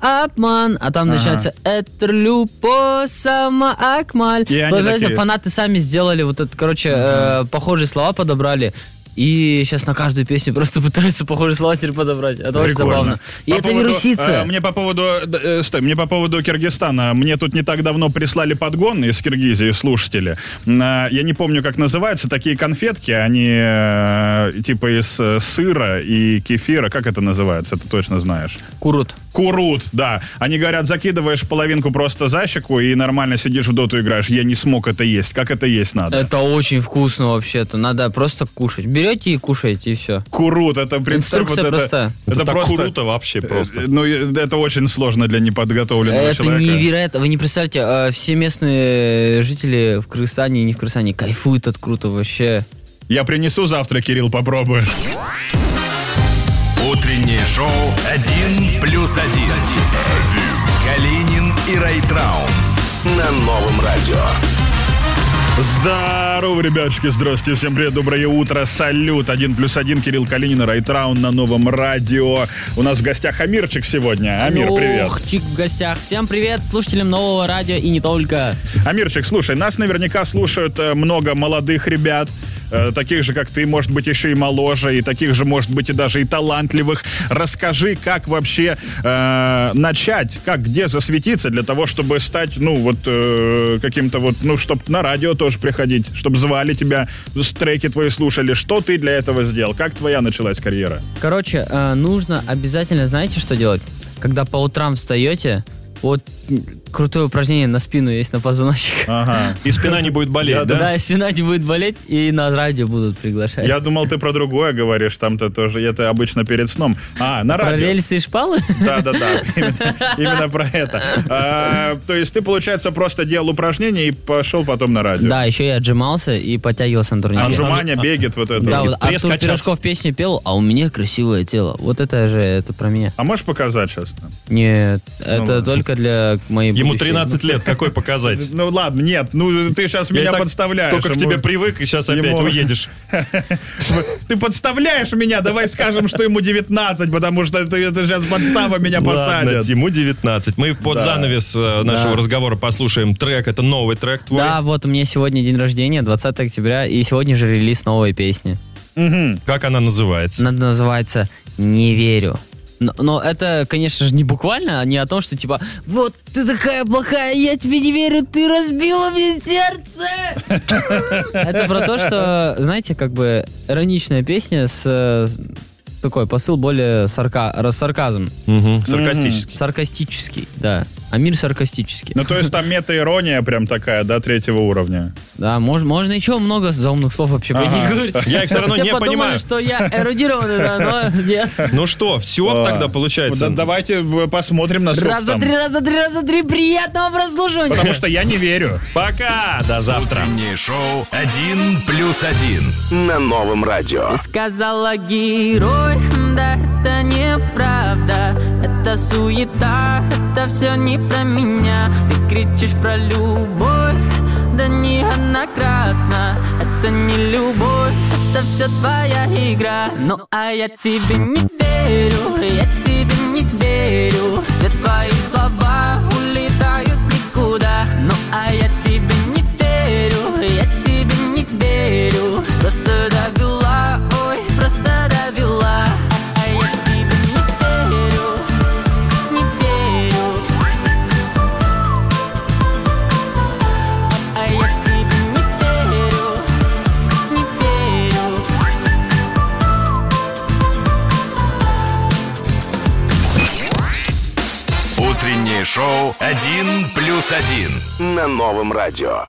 S15: самообман», а там
S3: Ага.
S15: начинается «Это любовь, самоакмаль».
S3: И они
S15: Получается,
S3: такие-
S15: Фанаты сами сделали вот это, короче, э, похожие слова подобрали. И сейчас на каждую песню просто пытаются похожие слова теперь подобрать. Это
S3: Прикольно.
S15: очень забавно. И
S3: По
S15: это
S3: поводу,
S15: вирусится.
S3: э, мне по поводу, э, э, стой, мне по поводу Киргизстана. Мне тут не так давно прислали подгон из Киргизии слушатели. На- я не помню, как называются такие конфетки. Они э, типа из э, сыра и кефира. Как это называется? Ты точно знаешь.
S15: Курут.
S3: Курут, да. Они говорят, закидываешь половинку просто за щеку и нормально сидишь в доту играешь. Я не смог это есть. Как это есть надо?
S15: Это очень вкусно вообще-то. Надо просто кушать. Берете и кушаете, и все.
S3: Курут, это принцип.
S15: Инструкция проста.
S2: Это так круто вообще просто.
S3: Э, Ну, э, это очень сложно для неподготовленного
S15: Это
S3: человека.
S15: невероятно. Вы не представляете, э, все местные жители в Кыргызстане и не в Кыргызстане кайфуют от круто вообще.
S3: Я принесу завтра, Кирилл, попробуешь.
S1: Утреннее шоу «Один плюс один». Калинин и Райтраун на новом радио.
S3: Здорово, ребятушки, здравствуйте, всем привет, доброе утро, салют, Один плюс один. Кирилл Калинин, и Райтраун на новом радио. У нас в гостях Амирчик сегодня. Амир, привет.
S15: Лохчик в гостях. Всем привет слушателям нового радио и не только.
S3: Амирчик, слушай, нас наверняка слушают э, много молодых ребят, э, таких же, как ты, может быть, еще и моложе, и таких же, может быть, и даже и талантливых. Расскажи, как вообще э, начать, как, где засветиться для того, чтобы стать, ну, вот, э, каким-то вот, ну, чтобы на радио тоже приходить, чтобы звали тебя, с- треки твои слушали. Что ты для этого сделал? Как твоя началась карьера?
S15: Короче, э, нужно обязательно, знаете, что делать? Когда по утрам встаете, вот м, крутое упражнение на спину есть на позвоночник.
S3: Ага.
S2: И спина не будет болеть, да?
S15: Да, и спина не будет болеть, и на радио будут приглашать.
S3: Я думал, ты про другое говоришь, там-то тоже, это обычно перед сном. А, на
S15: Про
S3: радио.
S15: рельсы и шпалы?
S3: Да-да-да, именно, именно про это. А, то есть ты, получается, просто делал упражнения и пошел потом на радио.
S15: Да, еще я отжимался и подтягивался на турнике.
S3: Отжимания, бегет, вот это.
S15: Да,
S3: вот.
S15: вот
S3: Пресс
S15: Артур
S3: качаться.
S15: Пирожков песню пел, а у меня красивое тело. Вот это же, это про меня.
S3: А можешь показать сейчас?
S15: Нет, это
S3: ладно.
S15: только для моей
S2: Ему
S15: будущей-
S2: 13 лет, какой показать?
S3: Ну ладно, нет, ну ты сейчас
S2: Я и
S3: меня
S2: так
S3: подставляешь.
S2: только к
S3: ему-
S2: тебе привык, и сейчас опять
S3: ему-
S2: уедешь.
S3: Ты подставляешь меня, давай скажем, что ему 19, потому что ты сейчас подстава меня
S2: Ладно, типа.
S3: посадит.
S2: Тиму 19. Мы под
S3: Да.
S2: занавес э, нашего
S15: Да.
S2: разговора послушаем трек. Это новый трек твой.
S15: Да, вот у меня сегодня день рождения, 20 октября, и сегодня же релиз новой песни.
S2: Как она называется?
S15: Она называется «Не верю». Но, но это, конечно же, не буквально, а не о том, что типа «Вот ты такая плохая, я тебе не верю, ты разбила мне сердце!» Это про то, что, знаете, как бы ироничная песня с э, такой посыл более сарка... раз- сарказм.
S2: Саркастический.
S15: Саркастический, да. А мир саркастический.
S3: Ну то есть там мета-ирония прям такая, да, третьего уровня.
S15: Да, мож- можно еще много заумных слов вообще
S3: Ага. Ну,
S15: говорить.
S2: Я их всё равно не
S15: подумали,
S2: понимаю.
S15: что я эрудированный, да, но нет.
S2: Ну что, все тогда получается?
S3: Давайте э, посмотрим на сколько
S15: Раз, за
S3: там.
S15: три, раз, за три, раз, за три. Приятного прослушивания.
S3: Потому что я не верю.
S2: Пока, до завтра.
S1: Утреннее шоу «Один плюс один» на новом радио.
S14: Сказала герой, хм, да это неправда Это суета, это все не про меня Ты кричишь про любовь, да неоднократно Это не любовь, это все твоя игра Ну а я тебе не верю, я тебе не верю Все твои слова улетают никуда Ну а я тебе не верю, я тебе не верю Просто довела, ой, просто довела А я тебе не верю, не верю А я тебе не верю, не верю
S1: Утреннее шоу «Один плюс один» на новом радио.